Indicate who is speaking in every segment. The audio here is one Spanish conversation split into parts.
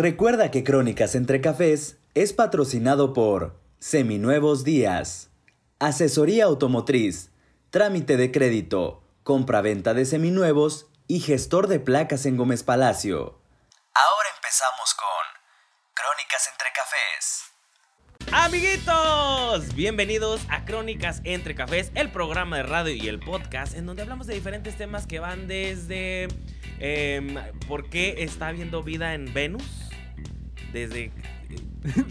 Speaker 1: Recuerda que Crónicas entre Cafés es patrocinado por Seminuevos Días, Asesoría Automotriz, Trámite de Crédito, Compra-Venta de Seminuevos y Gestor de Placas en Gómez Palacio. Ahora empezamos con Crónicas entre Cafés.
Speaker 2: Amiguitos, bienvenidos a Crónicas entre Cafés, el programa de radio y el podcast en donde hablamos de diferentes temas que van desde em, por qué está habiendo vida en Venus, desde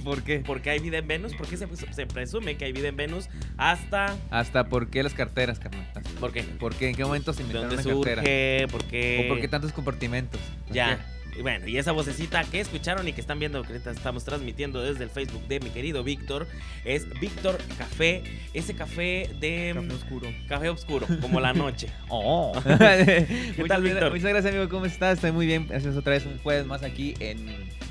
Speaker 3: ¿Por qué?
Speaker 2: por qué hay vida en Venus, por qué se, se presume que hay vida en Venus, hasta
Speaker 3: Hasta por qué las carteras, carnal. Hasta-
Speaker 2: por qué,
Speaker 3: ¿Por qué? ¿En qué momento
Speaker 2: de
Speaker 3: se inventaron
Speaker 2: dónde
Speaker 3: una cartera?
Speaker 2: surge, por qué,
Speaker 3: ¿O por qué tantos compartimentos? ¿Por
Speaker 2: Ya. Y bueno, y esa vocecita que escucharon y que están viendo, que ahorita estamos transmitiendo desde el Facebook de mi querido Víctor, es Víctor Café, ese café de...
Speaker 3: qué? oscuro.
Speaker 2: Café oscuro, como la noche.
Speaker 3: Oh.
Speaker 2: tal,
Speaker 3: muchas,
Speaker 2: Víctor?
Speaker 3: gracias, muchas gracias, amigo. ¿Cómo estás? Estoy muy bien. Gracias otra vez un jueves más aquí en,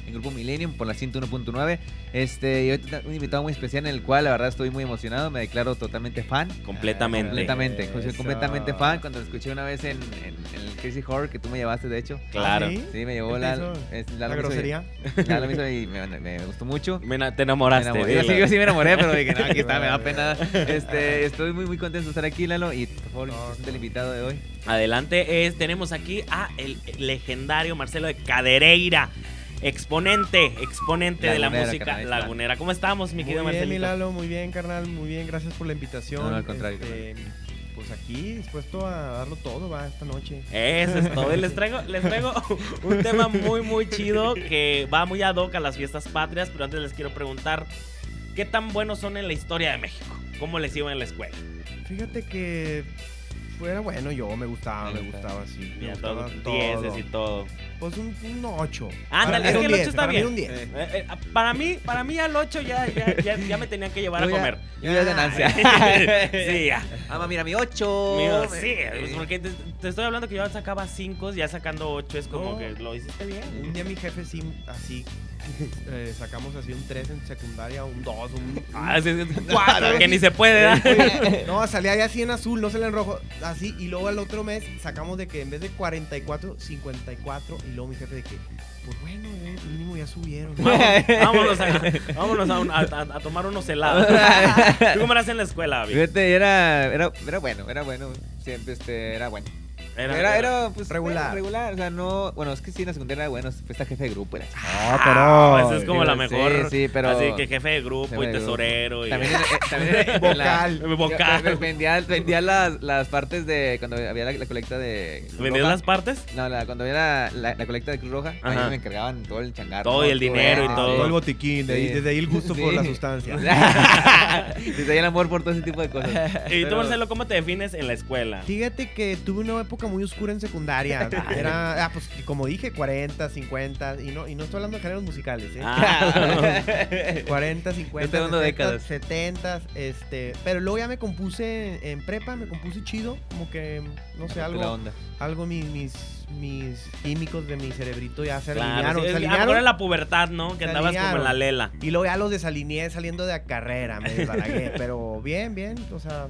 Speaker 3: en Grupo Millennium por la 101.9. Este, y hoy tengo un invitado muy especial en el cual la verdad estoy muy emocionado. Me declaro totalmente fan.
Speaker 2: Completamente.
Speaker 3: Ah, Completamente. Soy
Speaker 4: Eso.
Speaker 3: completamente fan. Cuando lo escuché una vez en, en- en el Crazy Horror que tú me llevaste, de hecho.
Speaker 2: Claro.
Speaker 4: ¿Ah, sí?
Speaker 3: Sí, me llevó
Speaker 4: ¿Qué te
Speaker 3: la,
Speaker 4: hizo?
Speaker 3: es-
Speaker 4: La
Speaker 3: Lalo me hizo-
Speaker 4: grosería.
Speaker 3: Lalo me hizo y me- me gustó mucho.
Speaker 2: Me na- te
Speaker 3: Me
Speaker 2: enamoraste.
Speaker 3: enamoré.
Speaker 2: dilo.
Speaker 3: Yo sí, yo sí me enamoré, pero dije, no, aquí está, me da pena. Este, estoy muy, muy contento de estar aquí, Lalo. Y por favor,
Speaker 4: No,
Speaker 3: presenta el invitado de hoy.
Speaker 2: Adelante es, tenemos aquí a el legendario Marcelo de Cadereira. Exponente, exponente de la
Speaker 3: Lagunera,
Speaker 2: música
Speaker 3: carnal, ahí está.
Speaker 2: lagunera. ¿Cómo estamos, mi
Speaker 4: Muy
Speaker 2: querido
Speaker 4: bien, mi
Speaker 2: Marcelito?
Speaker 4: Lalo, muy bien, carnal, muy bien, gracias por la invitación.
Speaker 3: No, no, al contrario,
Speaker 4: Este, pues aquí, dispuesto a darlo todo, va, esta noche.
Speaker 2: Eso es todo. Y Les traigo, les traigo un tema muy, muy chido que va muy ad hoc a las fiestas patrias, pero antes les quiero preguntar, ¿qué tan buenos son en la historia de México? ¿Cómo les iba en la escuela?
Speaker 4: Fíjate que fuera bueno yo, me gustaba, me
Speaker 3: Ahí está.
Speaker 4: gustaba, sí. Me
Speaker 2: Ya
Speaker 4: gustaba
Speaker 2: todos
Speaker 4: todo.
Speaker 2: dieces y todo.
Speaker 4: Pues un, un 8.
Speaker 2: Ándale, es que el 8 está bien.
Speaker 4: un 10.
Speaker 2: Eh, eh, para mí, para mí al 8 ya, ya, ya, ya me tenían que llevar a
Speaker 3: Yo ya-
Speaker 2: comer.
Speaker 3: Yo ya es ganancia. ah,
Speaker 2: sí, ya.
Speaker 3: Ama, mira, mi 8.
Speaker 2: Mío, sí, pues, porque te, te estoy hablando que yo sacaba 5, ya sacando 8 es como
Speaker 3: Oh.
Speaker 4: No.
Speaker 2: que lo hiciste bien.
Speaker 4: Un día mi jefe sí, así, eh, sacamos así un 3 en secundaria, un 2, un...
Speaker 2: Ah, sí, sí, cuatro, que ni se puede, ¿verdad?
Speaker 4: Oye, No, salía ya así en azul, no salía en rojo. Así, y luego al otro mes sacamos de que en vez de 44, 54. Y luego mi jefe de que, pues bueno, eh, mínimo ya subieron.
Speaker 2: Vamos- Vámonos, a, vámonos a, un- a- a- a tomar unos helados. ¿Tú cómo eras en la escuela, Abby?
Speaker 3: Fíjate, era, era, era bueno, era bueno. Siempre, este, era bueno. Era, era, pues,
Speaker 4: Regular.
Speaker 3: era regular. O sea, no. Bueno, es que sí, en la secundaria era bueno. Fue esta jefe de grupo. Era
Speaker 4: No,
Speaker 2: Ah, esa es como la
Speaker 3: Sí,
Speaker 2: mejor.
Speaker 3: sí, pero-
Speaker 2: Así que jefe de
Speaker 3: Jefe
Speaker 2: grupo
Speaker 3: de
Speaker 2: y
Speaker 3: grupo.
Speaker 2: tesorero. Y,
Speaker 3: También, era- eh, también era en la-
Speaker 4: Vocal. Ah,
Speaker 2: vocal.
Speaker 3: Vendía, vendía las, las partes de. Cuando había la, la colecta de.
Speaker 2: ¿Vendías
Speaker 3: roja.
Speaker 2: las partes?
Speaker 3: No, la, cuando era la, la colecta de Cruz Roja, ahí
Speaker 2: Ajá.
Speaker 3: me encargaban todo el changarro.
Speaker 2: Todo y el dinero y
Speaker 3: sí,
Speaker 2: todo.
Speaker 4: el botiquín, de ahí-
Speaker 3: Sí.
Speaker 4: desde ahí el gusto por la
Speaker 3: Sí.
Speaker 4: sustancia.
Speaker 3: Desde ahí el amor por todo ese tipo de cosas.
Speaker 2: Y tú,
Speaker 3: Pero-
Speaker 2: Marcelo, ¿cómo te defines en la escuela?
Speaker 4: Fíjate que tuve una época muy oscura en secundaria. Era, ah, pues como dije, 40, 50. Y no, y no estoy hablando de géneros musicales, ¿eh?
Speaker 2: Ah,
Speaker 4: 40, 50,
Speaker 3: Estoy hablando de décadas.
Speaker 4: 70, este, pero luego ya me compuse en, en prepa, me compuse chido, como que no sé,
Speaker 3: La
Speaker 4: algo
Speaker 3: onda.
Speaker 4: algo mis mis, mis químicos de mi cerebrito ya se
Speaker 2: claro.
Speaker 4: alinearon,
Speaker 2: sí,
Speaker 4: se
Speaker 2: es- a lo mejor
Speaker 4: alinearon,
Speaker 2: en la pubertad, ¿no? Que
Speaker 4: Se
Speaker 2: andabas como en la
Speaker 4: alinearon.
Speaker 2: lela.
Speaker 4: y luego ya los desalineé saliendo de la carrera, me desbaragué, pero bien, bien, o sea,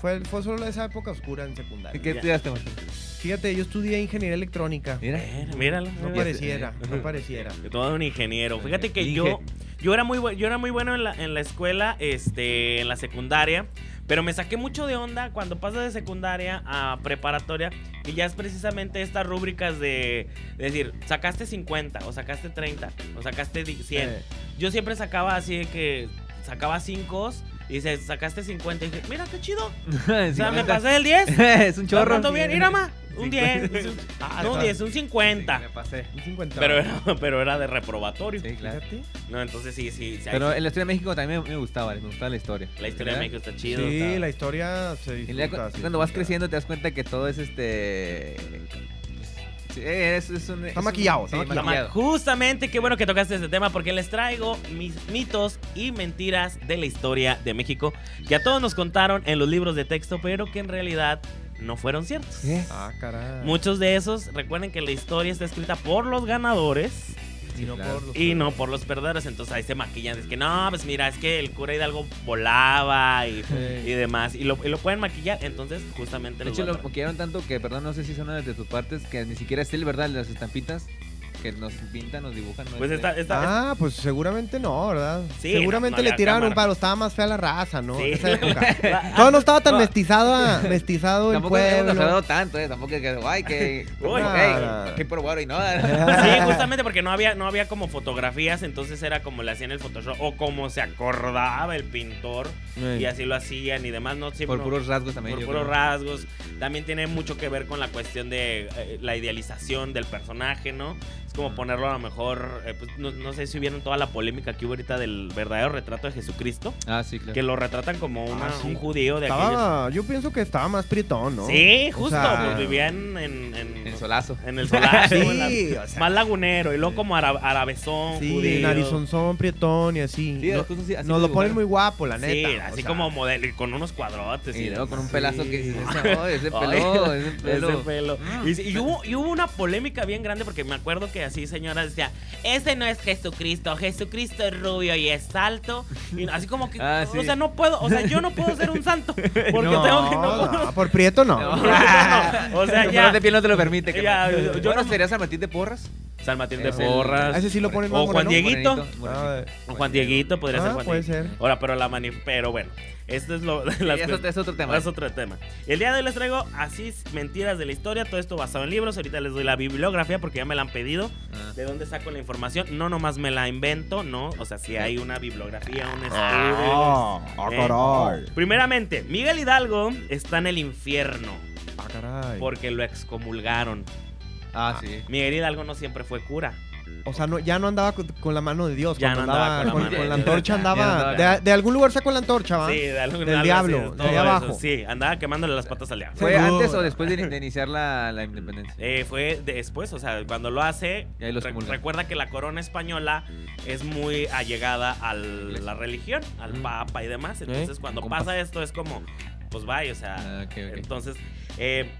Speaker 4: fue, fue solo esa época oscura en
Speaker 3: ¿Y
Speaker 4: secundaria.
Speaker 3: ¿Qué
Speaker 2: Ya.
Speaker 3: estudiaste, Martín?
Speaker 4: Fíjate, yo estudié ingeniería electrónica.
Speaker 3: Mira.
Speaker 2: Mira, Míralo.
Speaker 4: No
Speaker 2: míralo.
Speaker 4: pareciera, no pareciera.
Speaker 2: De todo un ingeniero. Fíjate que
Speaker 3: Inge-
Speaker 2: yo, yo era muy bueno, yo era muy bueno en la, en la escuela, este, en la secundaria. Pero me saqué mucho de onda cuando paso de secundaria a preparatoria, que ya es precisamente estas rúbricas de, de decir, sacaste 50, o sacaste 30, o sacaste di- 100.
Speaker 4: Eh,
Speaker 2: Yo siempre sacaba así de que sacaba 5 y dice, sacaste 50. Y dije, mira qué chido. O sea, me pasé el 10.
Speaker 3: es un
Speaker 2: Chorro.
Speaker 3: chorro.
Speaker 2: bien. Mira, ma, un 10.
Speaker 3: Cincuenta.
Speaker 2: un- No, un 10, un
Speaker 3: Ah, Sí,
Speaker 2: 50.
Speaker 3: me pasé.
Speaker 4: un 50.
Speaker 2: Pero era, pero era de reprobatorio.
Speaker 3: Sí, claro.
Speaker 4: Fíjate.
Speaker 2: No, entonces sí, sí. sí, ahí
Speaker 3: Pero
Speaker 2: sí.
Speaker 3: en la historia de México también me- me gustaba, me gustaba la historia.
Speaker 2: la historia de
Speaker 3: ¿Verdad?
Speaker 2: México está
Speaker 4: Sí,
Speaker 2: chido. está-
Speaker 4: la historia se
Speaker 3: Y luego,
Speaker 4: disfruta. se
Speaker 3: cuando vas
Speaker 4: disfruta.
Speaker 3: creciendo te das cuenta que todo es este. pues, sí, es, es un. es un-
Speaker 4: maquillado,
Speaker 3: sí,
Speaker 4: está
Speaker 2: Tama-
Speaker 3: maquillado.
Speaker 2: Justamente, qué bueno que tocaste este tema porque les traigo mis mitos y mentiras de la historia de México que a todos nos contaron en los libros de texto, pero que en realidad no fueron ciertos.
Speaker 3: ¿Qué?
Speaker 4: Ah, caray.
Speaker 2: Muchos de esos, recuerden que la historia está escrita por los ganadores
Speaker 4: Y no
Speaker 3: claro.
Speaker 4: por los-
Speaker 2: y no por los perdedores, entonces ahí se maquillan. Es que no, pues mira, es que el cura Hidalgo volaba y,
Speaker 4: Sí.
Speaker 2: y demás, y lo, y lo pueden maquillar, entonces justamente
Speaker 3: De
Speaker 2: les
Speaker 3: hecho,
Speaker 2: voy a
Speaker 3: lo maquillaron tanto que, perdón, no sé si son de tus partes, que ni siquiera es él, ¿verdad? Las estampitas. que nos pintan, nos dibujan. No Este,
Speaker 2: Pues
Speaker 3: es de-
Speaker 2: está, está,
Speaker 5: Ah, pues seguramente no, ¿verdad?
Speaker 2: Sí,
Speaker 5: seguramente
Speaker 2: no, no
Speaker 5: le
Speaker 2: había
Speaker 5: tiraron un
Speaker 2: cámara.
Speaker 5: palo. Estaba más fea la raza, ¿no?
Speaker 2: Sí.
Speaker 5: En esa época.
Speaker 2: La-
Speaker 5: Todo no estaba tan
Speaker 2: No.
Speaker 5: mestizado, mestizado el
Speaker 3: Tampoco hemos
Speaker 5: pueblo.
Speaker 3: hablado tanto, ¿eh? Tampoco es que, ay, que.
Speaker 2: Uy.
Speaker 3: Hey, que por guaro y no.
Speaker 2: ah, Sí, justamente porque no había, no había como fotografías, entonces era como le hacían el Photoshop o como se acordaba el pintor y así lo hacían y demás, no siempre.
Speaker 3: Por puros rasgos también.
Speaker 2: por
Speaker 3: yo
Speaker 2: puros
Speaker 3: creo.
Speaker 2: rasgos. También tiene mucho que ver con la cuestión de eh, la idealización del personaje, ¿no? Es como ponerlo a lo mejor, eh, pues, no, no sé si vieron toda la polémica que hubo ahorita del verdadero retrato de Jesucristo,
Speaker 3: Ah, sí, claro.
Speaker 2: que lo retratan como una-
Speaker 5: Ah, sí.
Speaker 2: un judío de aquellos.
Speaker 5: Estaba, yo pienso que estaba más prietón, ¿no?
Speaker 2: Sí,
Speaker 5: O
Speaker 2: justo,
Speaker 5: sea,
Speaker 2: pues vivían en, en,
Speaker 3: En solazo.
Speaker 2: en el solar,
Speaker 5: Sí,
Speaker 2: en la-
Speaker 5: o sea.
Speaker 2: más lagunero, y luego como ara- arabezón,
Speaker 5: Sí,
Speaker 2: judío.
Speaker 5: narizonzón, prietón y así.
Speaker 3: Sí,
Speaker 5: No-
Speaker 3: justo sí, así
Speaker 5: nos lo
Speaker 3: dibujan.
Speaker 5: ponen muy guapo, la neta.
Speaker 2: Sí,
Speaker 5: o
Speaker 2: así
Speaker 5: sea.
Speaker 2: como modelo, y con unos cuadrotes.
Speaker 3: Y luego con un
Speaker 5: Sí.
Speaker 3: pelazo que dices, ese, oh, ese pelo, ese pelo.
Speaker 2: Ese pelo. Y, sí, y hubo, y hubo una polémica bien grande porque me acuerdo que así señora decía, ese no es Jesucristo, Jesucristo es rubio y es alto. Y así como que,
Speaker 3: Ah, sí.
Speaker 2: o sea, no puedo, o sea, yo no puedo ser un santo. Porque
Speaker 5: No,
Speaker 2: tengo que... No,
Speaker 5: no, por prieto no.
Speaker 3: No.
Speaker 2: porque no, O sea,
Speaker 3: Tu
Speaker 2: ya...
Speaker 3: color de piel no te lo permite. que
Speaker 2: Ya,
Speaker 3: no.
Speaker 2: yo- yo
Speaker 3: Bueno,
Speaker 2: no-
Speaker 3: sería San Martín de Porras.
Speaker 2: San Martín de
Speaker 3: Es el-
Speaker 2: Porras.
Speaker 5: A ese sí lo ponen más
Speaker 2: O Juan
Speaker 5: moreno.
Speaker 2: Diego. Dieguito.
Speaker 3: Morenito, morenito.
Speaker 5: Ah,
Speaker 2: Juan Dieguito podría ser
Speaker 5: Ah,
Speaker 2: Juan
Speaker 5: puede
Speaker 2: Dieguito.
Speaker 5: ser.
Speaker 2: Ahora, pero la mani... Pero bueno, esto es lo...
Speaker 5: Ah,
Speaker 3: Sí,
Speaker 2: las
Speaker 3: eso
Speaker 2: cuestiones.
Speaker 3: es otro tema.
Speaker 2: Es otro tema. El día de hoy les traigo así es, mentiras de la historia, todo esto basado en libros. Ahorita les doy la bibliografía porque ya me la han pedido.
Speaker 3: Ah.
Speaker 2: ¿De dónde saco la información? No nomás me la invento, no. O sea, si hay una bibliografía, un estudio.
Speaker 5: Ah,
Speaker 2: Eh,
Speaker 5: caray.
Speaker 2: Primeramente, Miguel Hidalgo está en el infierno
Speaker 5: Ah, caray.
Speaker 2: porque lo excomulgaron.
Speaker 3: Ah, sí.
Speaker 2: Miguel Hidalgo no siempre fue cura.
Speaker 5: O sea, no, ya no andaba con, con la mano de Dios.
Speaker 2: Ya
Speaker 5: cuando
Speaker 2: no andaba con la
Speaker 5: con,
Speaker 2: mano de
Speaker 5: la
Speaker 2: Dios,
Speaker 5: antorcha
Speaker 2: ya no
Speaker 5: andaba.
Speaker 3: andaba
Speaker 5: De,
Speaker 3: con-
Speaker 5: de algún lugar sacó la antorcha, ¿va?
Speaker 2: Sí, de algún-
Speaker 5: Ah, Del
Speaker 2: algo así,
Speaker 5: diablo,
Speaker 2: todo
Speaker 5: de ahí
Speaker 2: eso.
Speaker 5: abajo.
Speaker 2: Sí, andaba quemándole las patas al diablo.
Speaker 3: ¿Fue
Speaker 5: Seguro.
Speaker 3: antes o después de, de iniciar la, la independencia?
Speaker 2: Eh, fue después, o sea, cuando lo hace,
Speaker 3: Y ahí los
Speaker 2: re-
Speaker 3: comulgan.
Speaker 2: recuerda que la corona española es muy allegada a la
Speaker 3: Iglesia.
Speaker 2: religión, al
Speaker 3: Mm.
Speaker 2: papa y demás. Entonces, cuando
Speaker 3: compas.
Speaker 2: pasa esto, es como, pues vaya, o sea.
Speaker 3: Ah, ok, ok.
Speaker 2: Entonces, eh,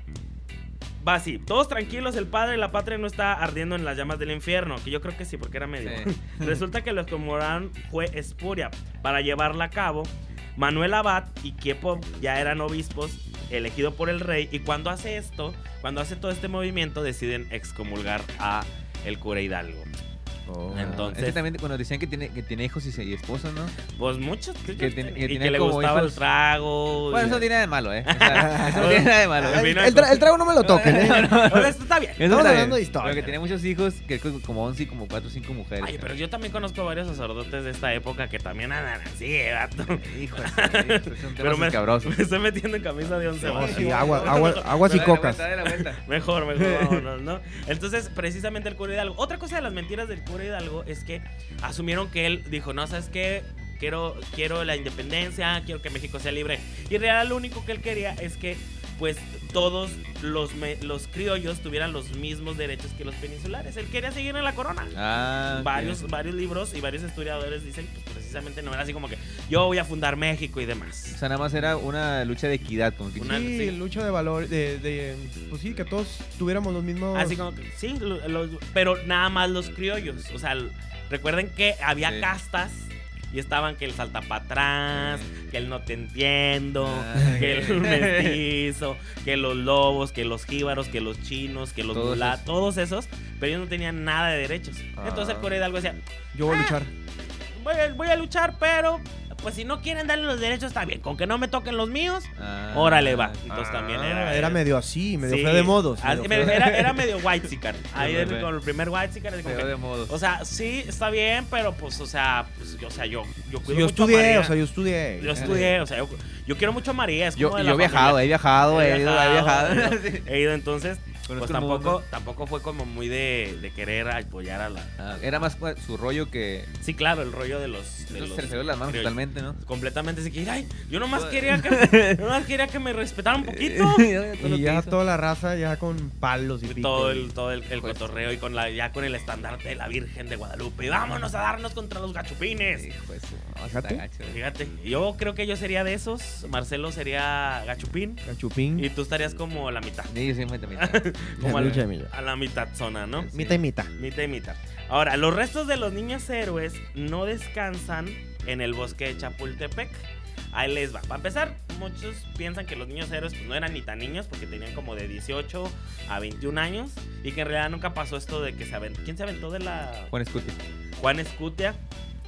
Speaker 2: va así: todos tranquilos, el padre de la patria no está ardiendo en las llamas del infierno, que yo creo que sí, porque era medio.
Speaker 3: Sí.
Speaker 2: Resulta que lo excomulgaron fue espuria. Para llevarla a cabo, Manuel Abad y Kiepo ya eran obispos elegidos por el rey. Y cuando hace esto, cuando hace todo este movimiento, deciden excomulgar a el cura Hidalgo.
Speaker 5: Oh.
Speaker 2: Entonces-
Speaker 3: Es que también cuando decían que tiene, que tiene hijos y, se- y esposos, ¿no?
Speaker 2: Pues muchos que,
Speaker 3: Que ten- que
Speaker 2: y que
Speaker 3: tenía
Speaker 2: le
Speaker 3: como
Speaker 2: gustaba el
Speaker 3: hijos.
Speaker 2: trago.
Speaker 3: Bueno,
Speaker 2: y-
Speaker 3: eso no tiene nada de malo, ¿eh? O sea, eso no tiene nada de malo.
Speaker 5: Ah, el,
Speaker 2: vino
Speaker 5: el tra- el trago no me lo toquen, ¿eh?
Speaker 2: O sea, esto está bien.
Speaker 3: Eso
Speaker 5: Estamos
Speaker 3: está
Speaker 5: hablando
Speaker 3: bien.
Speaker 5: de historia.
Speaker 3: Pero que tenía muchos hijos, que creo que como 11 y como 4 o 5 mujeres.
Speaker 2: Ay, pero yo también conozco varios sacerdotes de esta época que también andan así, ¿eh, vato.
Speaker 3: Hijo, es un tema
Speaker 2: me,
Speaker 3: escabroso.
Speaker 2: me estoy metiendo en camisa de once
Speaker 5: No,
Speaker 2: varas.
Speaker 5: sí, agua- agua- aguas y cocas.
Speaker 3: Dale la vuelta, dale la vuelta.
Speaker 2: Mejor, mejor, vámonos, ¿no? Entonces, precisamente el cura Hidalgo. Otra cosa de las mentiras del cura Hidalgo es que asumieron que él dijo, no, ¿sabes qué? Quiero, quiero la independencia, quiero que México sea libre. Y en realidad lo único que él quería es que, pues, todos los, me- los criollos tuvieran los mismos derechos que los peninsulares. Él quería seguir en la corona.
Speaker 3: Ah, ok.
Speaker 2: Varios, varios libros y varios historiadores dicen que pues, precisamente no era así como que yo voy a fundar México y
Speaker 3: O
Speaker 2: demás.
Speaker 3: sea, nada más era una lucha de equidad. Como que
Speaker 2: Una-
Speaker 5: sí,
Speaker 2: sí.
Speaker 5: lucha de valor. De, de- pues sí, que todos tuviéramos los mismos.
Speaker 2: Así como que, Ah, sí, lo- los- pero nada más los criollos. O sea, l- recuerden que había
Speaker 3: Sí.
Speaker 2: castas y estaban que el salta para atrás,
Speaker 3: Sí.
Speaker 2: que el no te entiendo,
Speaker 3: Ah,
Speaker 2: que
Speaker 3: ok.
Speaker 2: el mestizo, que los lobos, que los jíbaros, que los chinos, que los
Speaker 3: Todos
Speaker 2: mulatos,
Speaker 3: esos.
Speaker 2: todos esos, pero ellos no tenían nada de derechos. Entonces el
Speaker 5: Ah.
Speaker 2: Correo Hidalgo decía,
Speaker 5: Yo
Speaker 2: Ah.
Speaker 5: voy a luchar.
Speaker 2: voy, a- voy a luchar, pero pues si no quieren darle los derechos está bien, con que no me toquen los míos,
Speaker 3: Ah,
Speaker 2: órale va. Entonces también
Speaker 5: Ah,
Speaker 2: era...
Speaker 5: Era medio así, medio
Speaker 2: Sí.
Speaker 5: feo de modos.
Speaker 2: Ah,
Speaker 5: medio
Speaker 2: medio-
Speaker 5: feo.
Speaker 2: era, era medio white Ahí
Speaker 3: Feo
Speaker 2: es
Speaker 3: de-
Speaker 2: con el primer white chicken. es como
Speaker 3: Feo
Speaker 2: que,
Speaker 3: de modos.
Speaker 2: O sea, sí, está bien, pero pues, o sea, pues, yo- o sea, yo, yo cuido
Speaker 5: yo
Speaker 2: mucho a
Speaker 5: estudié,
Speaker 2: María.
Speaker 5: o sea, yo estudié.
Speaker 2: Yo estudié, o sea, yo, yo quiero mucho a María. Es como
Speaker 3: yo,
Speaker 2: de
Speaker 3: y
Speaker 2: la
Speaker 3: yo he viajado, eh.
Speaker 2: familia.
Speaker 3: he viajado, he ido, he viajado.
Speaker 2: he ido. He ido, entonces, pues
Speaker 3: Conozco el
Speaker 2: tampoco,
Speaker 3: este mundo.
Speaker 2: tampoco fue como muy de, de querer apoyar a la.
Speaker 3: Ah, Era más cua- su rollo que.
Speaker 2: Sí, claro, el rollo de los. De
Speaker 3: Entonces
Speaker 2: los
Speaker 3: se le salió las manos
Speaker 2: criollos.
Speaker 3: totalmente, ¿no?
Speaker 2: Completamente así que, ay, yo nomás quería que, yo nomás quería que me respetaran un poquito.
Speaker 5: Y ya toda la raza, ya con palos y
Speaker 2: Y
Speaker 5: pico.
Speaker 2: todo el, todo el, el
Speaker 3: Pues-
Speaker 2: cotorreo y con la, ya con el estandarte de la Virgen de Guadalupe. Y vámonos a darnos contra los gachupines.
Speaker 3: Hijo de su- no, está
Speaker 5: Fíjate.
Speaker 3: gacho.
Speaker 2: Fíjate, yo creo que yo sería de esos. Marcelo sería gachupín.
Speaker 5: Cachupín.
Speaker 2: Y tú estarías como la mitad.
Speaker 3: Sí, yo soy muy temita.
Speaker 2: Como
Speaker 5: La
Speaker 2: a,
Speaker 5: lucha
Speaker 2: la,
Speaker 5: de Milla.
Speaker 2: a la mitad zona, ¿no?
Speaker 3: Sí.
Speaker 5: Mita y mita.
Speaker 2: Mitad y mitad. Ahora, los restos de los niños héroes no descansan en el bosque de Chapultepec. Ahí les va. Para empezar, muchos piensan que los niños héroes pues, no eran ni tan niños porque tenían como de 18 a 21 años y que en realidad nunca pasó esto de que se aventó. ¿Quién se aventó de la
Speaker 3: Juan Escutia.
Speaker 2: Juan Escutia?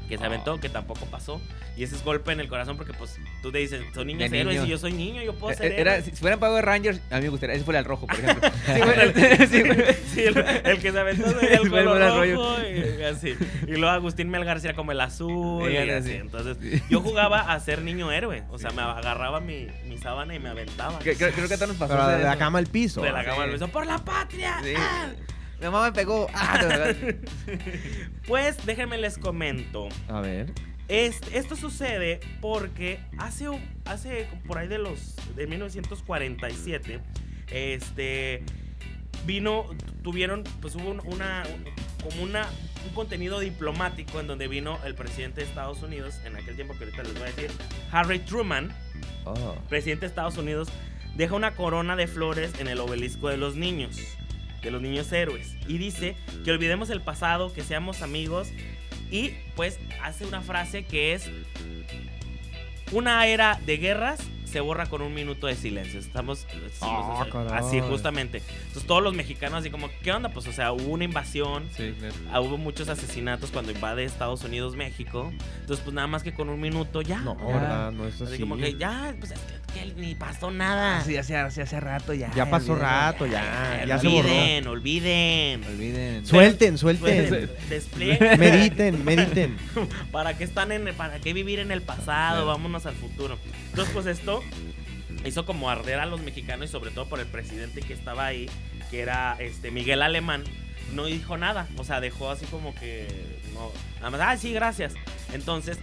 Speaker 2: Que se
Speaker 3: Ah.
Speaker 2: aventó, que tampoco pasó. Y ese es golpe en el corazón porque pues tú te dices, son niños
Speaker 3: De
Speaker 2: héroes
Speaker 3: niño.
Speaker 2: y yo soy niño, yo puedo ser
Speaker 3: Eh, era-
Speaker 2: héroe.
Speaker 3: si si fueran Power Rangers, a mí me gustaría. Ese fue el rojo, por ejemplo. sí,
Speaker 2: Sí, el, el que se aventó
Speaker 3: Sí,
Speaker 2: el
Speaker 3: el
Speaker 2: color
Speaker 3: buen
Speaker 2: rojo y así. Y luego Agustín Melgar sí era como el azul y
Speaker 3: Sí, era
Speaker 2: así.
Speaker 3: así.
Speaker 2: Entonces, yo jugaba a ser niño héroe. O sea, me agarraba mi, mi sábana y me aventaba.
Speaker 3: Que- creo, creo que hasta nos pasó.
Speaker 5: Pero
Speaker 3: hacer
Speaker 5: de la
Speaker 3: eso.
Speaker 5: cama al piso.
Speaker 2: de la
Speaker 3: sí.
Speaker 2: cama lo hizo por la patria.
Speaker 3: Sí.
Speaker 2: ¡Ah!
Speaker 3: Mi mamá me pegó. Ah, de verdad.
Speaker 2: Pues déjenme les comento.
Speaker 3: a ver.
Speaker 2: Este- esto sucede porque hace, hace por ahí de los de 1947 este vino tuvieron pues hubo un- una como una un contenido diplomático en donde vino el presidente de Estados Unidos en aquel tiempo que ahorita les voy a decir Harry Truman
Speaker 3: Oh.
Speaker 2: presidente de Estados Unidos deja una corona de flores en el obelisco de los niños, de los niños héroes, y dice que olvidemos el pasado, que seamos amigos, y pues hace una frase que es, una era de guerras se borra con un minuto de silencio. Estamos
Speaker 5: Ah,
Speaker 2: así
Speaker 5: caray.
Speaker 2: justamente. Entonces todos los mexicanos así como, ¿qué onda? Pues o sea, hubo una invasión,
Speaker 3: Sí, claro.
Speaker 2: ah, hubo muchos asesinatos cuando invade Estados Unidos México. Entonces pues nada más que con un minuto ya.
Speaker 5: No,
Speaker 3: Ya.
Speaker 5: ¿verdad? No, eso
Speaker 2: Así
Speaker 5: sí.
Speaker 2: como que ya, pues es que, que ni pasó nada. Ah,
Speaker 3: Sí, hace, hace, hace rato ya.
Speaker 5: Ya pasó
Speaker 3: olviden.
Speaker 5: rato, ya. Ya se borró.
Speaker 2: olviden, olviden.
Speaker 3: Olviden.
Speaker 5: Suelten,
Speaker 2: Pueden
Speaker 5: suelten.
Speaker 2: despliegue.
Speaker 5: Mediten, mediten.
Speaker 2: ¿Para qué están en el- para qué vivir en el pasado? Vámonos al futuro. Entonces, pues esto hizo como arder a los mexicanos y sobre todo por el presidente que estaba ahí, que era este Miguel Alemán. No dijo nada, o sea, dejó así como que no, nada más, ah, sí, gracias. Entonces,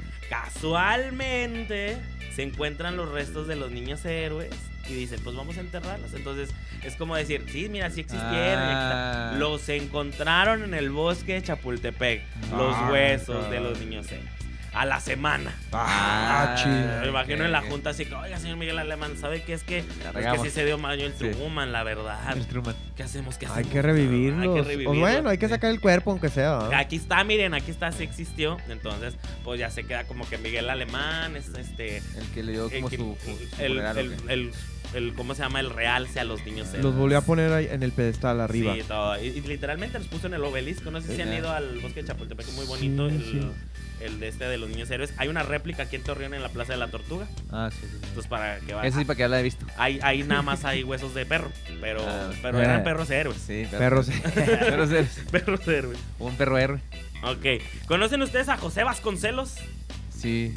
Speaker 2: casualmente se encuentran los restos de los niños héroes y dicen, pues vamos a enterrarlos. Entonces, es como decir, sí, mira, sí existieron. y aquí está.
Speaker 3: Ah.
Speaker 2: Los encontraron en el bosque de Chapultepec.
Speaker 5: Ah,
Speaker 2: los huesos
Speaker 5: caray.
Speaker 2: de los niños héroes. A la semana.
Speaker 5: Ah, chido.
Speaker 2: Me imagino en la
Speaker 3: ok.
Speaker 2: junta así que, oiga, señor Miguel Alemán, ¿sabe qué es que?
Speaker 3: La
Speaker 2: Es que
Speaker 3: regamos.
Speaker 2: sí se dio mal el
Speaker 3: Sí.
Speaker 2: Truman, la verdad.
Speaker 3: El Truman.
Speaker 2: ¿Qué hacemos? ¿Qué
Speaker 5: Hay
Speaker 2: hacemos?
Speaker 5: que revivirlos.
Speaker 2: Ah, Hay que
Speaker 5: O
Speaker 2: revivirlos.
Speaker 5: bueno, hay que sacar el cuerpo aunque sea. ¿verdad?
Speaker 2: Aquí está, miren, aquí está, sí existió. Entonces, pues ya se queda como que Miguel Alemán, es este.
Speaker 3: El que le dio
Speaker 2: El,
Speaker 3: como
Speaker 2: que-
Speaker 3: su. su- su
Speaker 2: el-
Speaker 3: funeral,
Speaker 2: el-
Speaker 3: ok.
Speaker 2: el- el- ¿Cómo se llama? El realce a los niños héroes.
Speaker 5: Los volvió a poner ahí en el pedestal arriba.
Speaker 2: Sí, todo. Y, y literalmente los puso en el obelisco. No sé si han
Speaker 3: Ajá.
Speaker 2: ido al bosque de Chapultepec, muy bonito.
Speaker 5: Sí,
Speaker 2: el,
Speaker 5: sí.
Speaker 2: el de este de los niños héroes. Hay una réplica aquí en Torreón en la Plaza de la Tortuga.
Speaker 3: Ah, sí, sí. sí.
Speaker 2: Entonces, para que vayan.
Speaker 3: Eso sí, para que ya la he visto.
Speaker 2: Ahí, ahí nada más hay huesos de perro. Pero,
Speaker 3: Ah,
Speaker 2: pero
Speaker 5: eh.
Speaker 2: eran perros héroes.
Speaker 3: Sí,
Speaker 5: Perros.
Speaker 3: Perros héroes.
Speaker 2: Perros héroes.
Speaker 3: Un perro héroe.
Speaker 2: Ok. ¿Conocen ustedes a José Vasconcelos?
Speaker 3: Sí.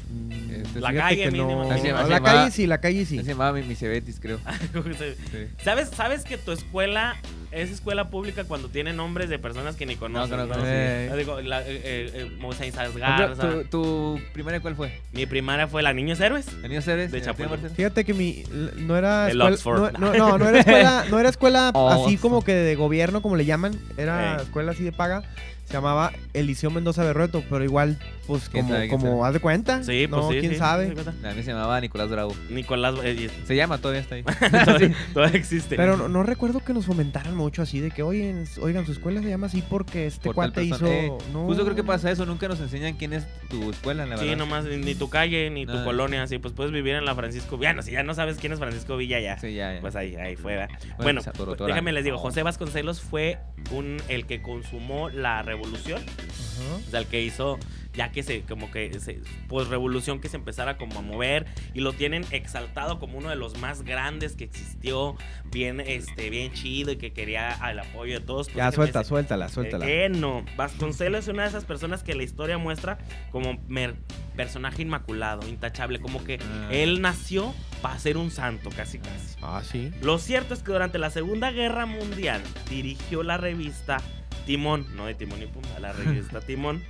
Speaker 3: Este,
Speaker 2: La
Speaker 5: Mm, Fíjate
Speaker 2: calle
Speaker 5: que
Speaker 2: mínimo.
Speaker 5: no.
Speaker 3: Así
Speaker 5: Ah,
Speaker 3: se
Speaker 5: La
Speaker 3: llama-
Speaker 5: calle sí, la calle sí.
Speaker 3: Se llamaba mi, mi Cebetis, creo. Sí.
Speaker 2: ¿Sabes, ¿Sabes que tu escuela es escuela pública cuando tiene nombres de personas que ni conocen?
Speaker 3: no,
Speaker 2: ¿no?
Speaker 3: no, sí.
Speaker 5: Eh,
Speaker 2: Ah, digo, la- eh, eh, eh, Moisés
Speaker 3: Hombre,
Speaker 2: Garza.
Speaker 3: ¿Tu, tu primaria cuál fue?
Speaker 2: Mi primaria fue la Niños Héroes.
Speaker 3: ¿De niños héroes?
Speaker 2: De
Speaker 3: ¿En el tío
Speaker 2: Chapultepec.
Speaker 3: Marcelo?
Speaker 5: Fíjate que mi no era
Speaker 2: El
Speaker 5: escuela,
Speaker 2: Oxford.
Speaker 5: no, no, no, no era escuela, no era escuela
Speaker 3: Oh,
Speaker 5: así como que de gobierno como le llaman, era
Speaker 2: Ey.
Speaker 5: escuela así de paga. Se llamaba Eliseo Mendoza Berrueto, pero igual pues
Speaker 3: ¿Quién
Speaker 5: como
Speaker 3: sabe, quién
Speaker 5: como
Speaker 3: sabe?
Speaker 5: haz de cuenta,
Speaker 2: Sí, pues
Speaker 5: no,
Speaker 2: sí.
Speaker 5: quién
Speaker 2: sí,
Speaker 5: sabe.
Speaker 2: sí, cuenta.
Speaker 3: No, A mí se llamaba Nicolás Bravo.
Speaker 2: Nicolás. eh,
Speaker 3: Se llama, todavía está ahí.
Speaker 2: todavía, todavía existe.
Speaker 5: Pero no, no recuerdo que nos fomentaran mucho así de que, "Oigan, oigan, su escuela se llama así porque este
Speaker 3: Por tal
Speaker 5: cuate hizo
Speaker 3: persona. Eh,
Speaker 5: no.
Speaker 3: Justo creo que pasa eso. Nunca nos enseñan quién es tu escuela, la verdad.
Speaker 2: Sí, nomás ni ni tu calle, ni tu
Speaker 3: Nada.
Speaker 2: colonia, así pues puedes vivir en la Francisco Villa. No, si ya no sabes quién es Francisco Villa, ya.
Speaker 3: Sí, ya, ya.
Speaker 2: Pues ahí, ahí fue. ¿verdad? Bueno,
Speaker 3: se atoró
Speaker 2: pues,
Speaker 3: todo el
Speaker 2: déjame
Speaker 3: año.
Speaker 2: les digo, José Vasconcelos fue un, el que consumó la revolución,
Speaker 5: Ajá.
Speaker 2: o sea, el que hizo ya que se como que se, pues revolución que se empezara como a mover y lo tienen exaltado como uno de los más grandes que existió, bien este bien chido y que quería el apoyo de todos. Pues,
Speaker 5: Ya
Speaker 2: déjenme
Speaker 5: suelta,
Speaker 2: decir-
Speaker 5: suéltala, suéltala.
Speaker 2: Eh, no, Vasconcelos es una de esas personas que la historia muestra como mer- personaje inmaculado, intachable, como que
Speaker 3: Ah.
Speaker 2: él nació para ser un santo, casi casi.
Speaker 5: Ah, sí.
Speaker 2: Lo cierto es que durante la Segunda Guerra Mundial dirigió la revista Timón, no de Timón y Pumba, la revista Timón,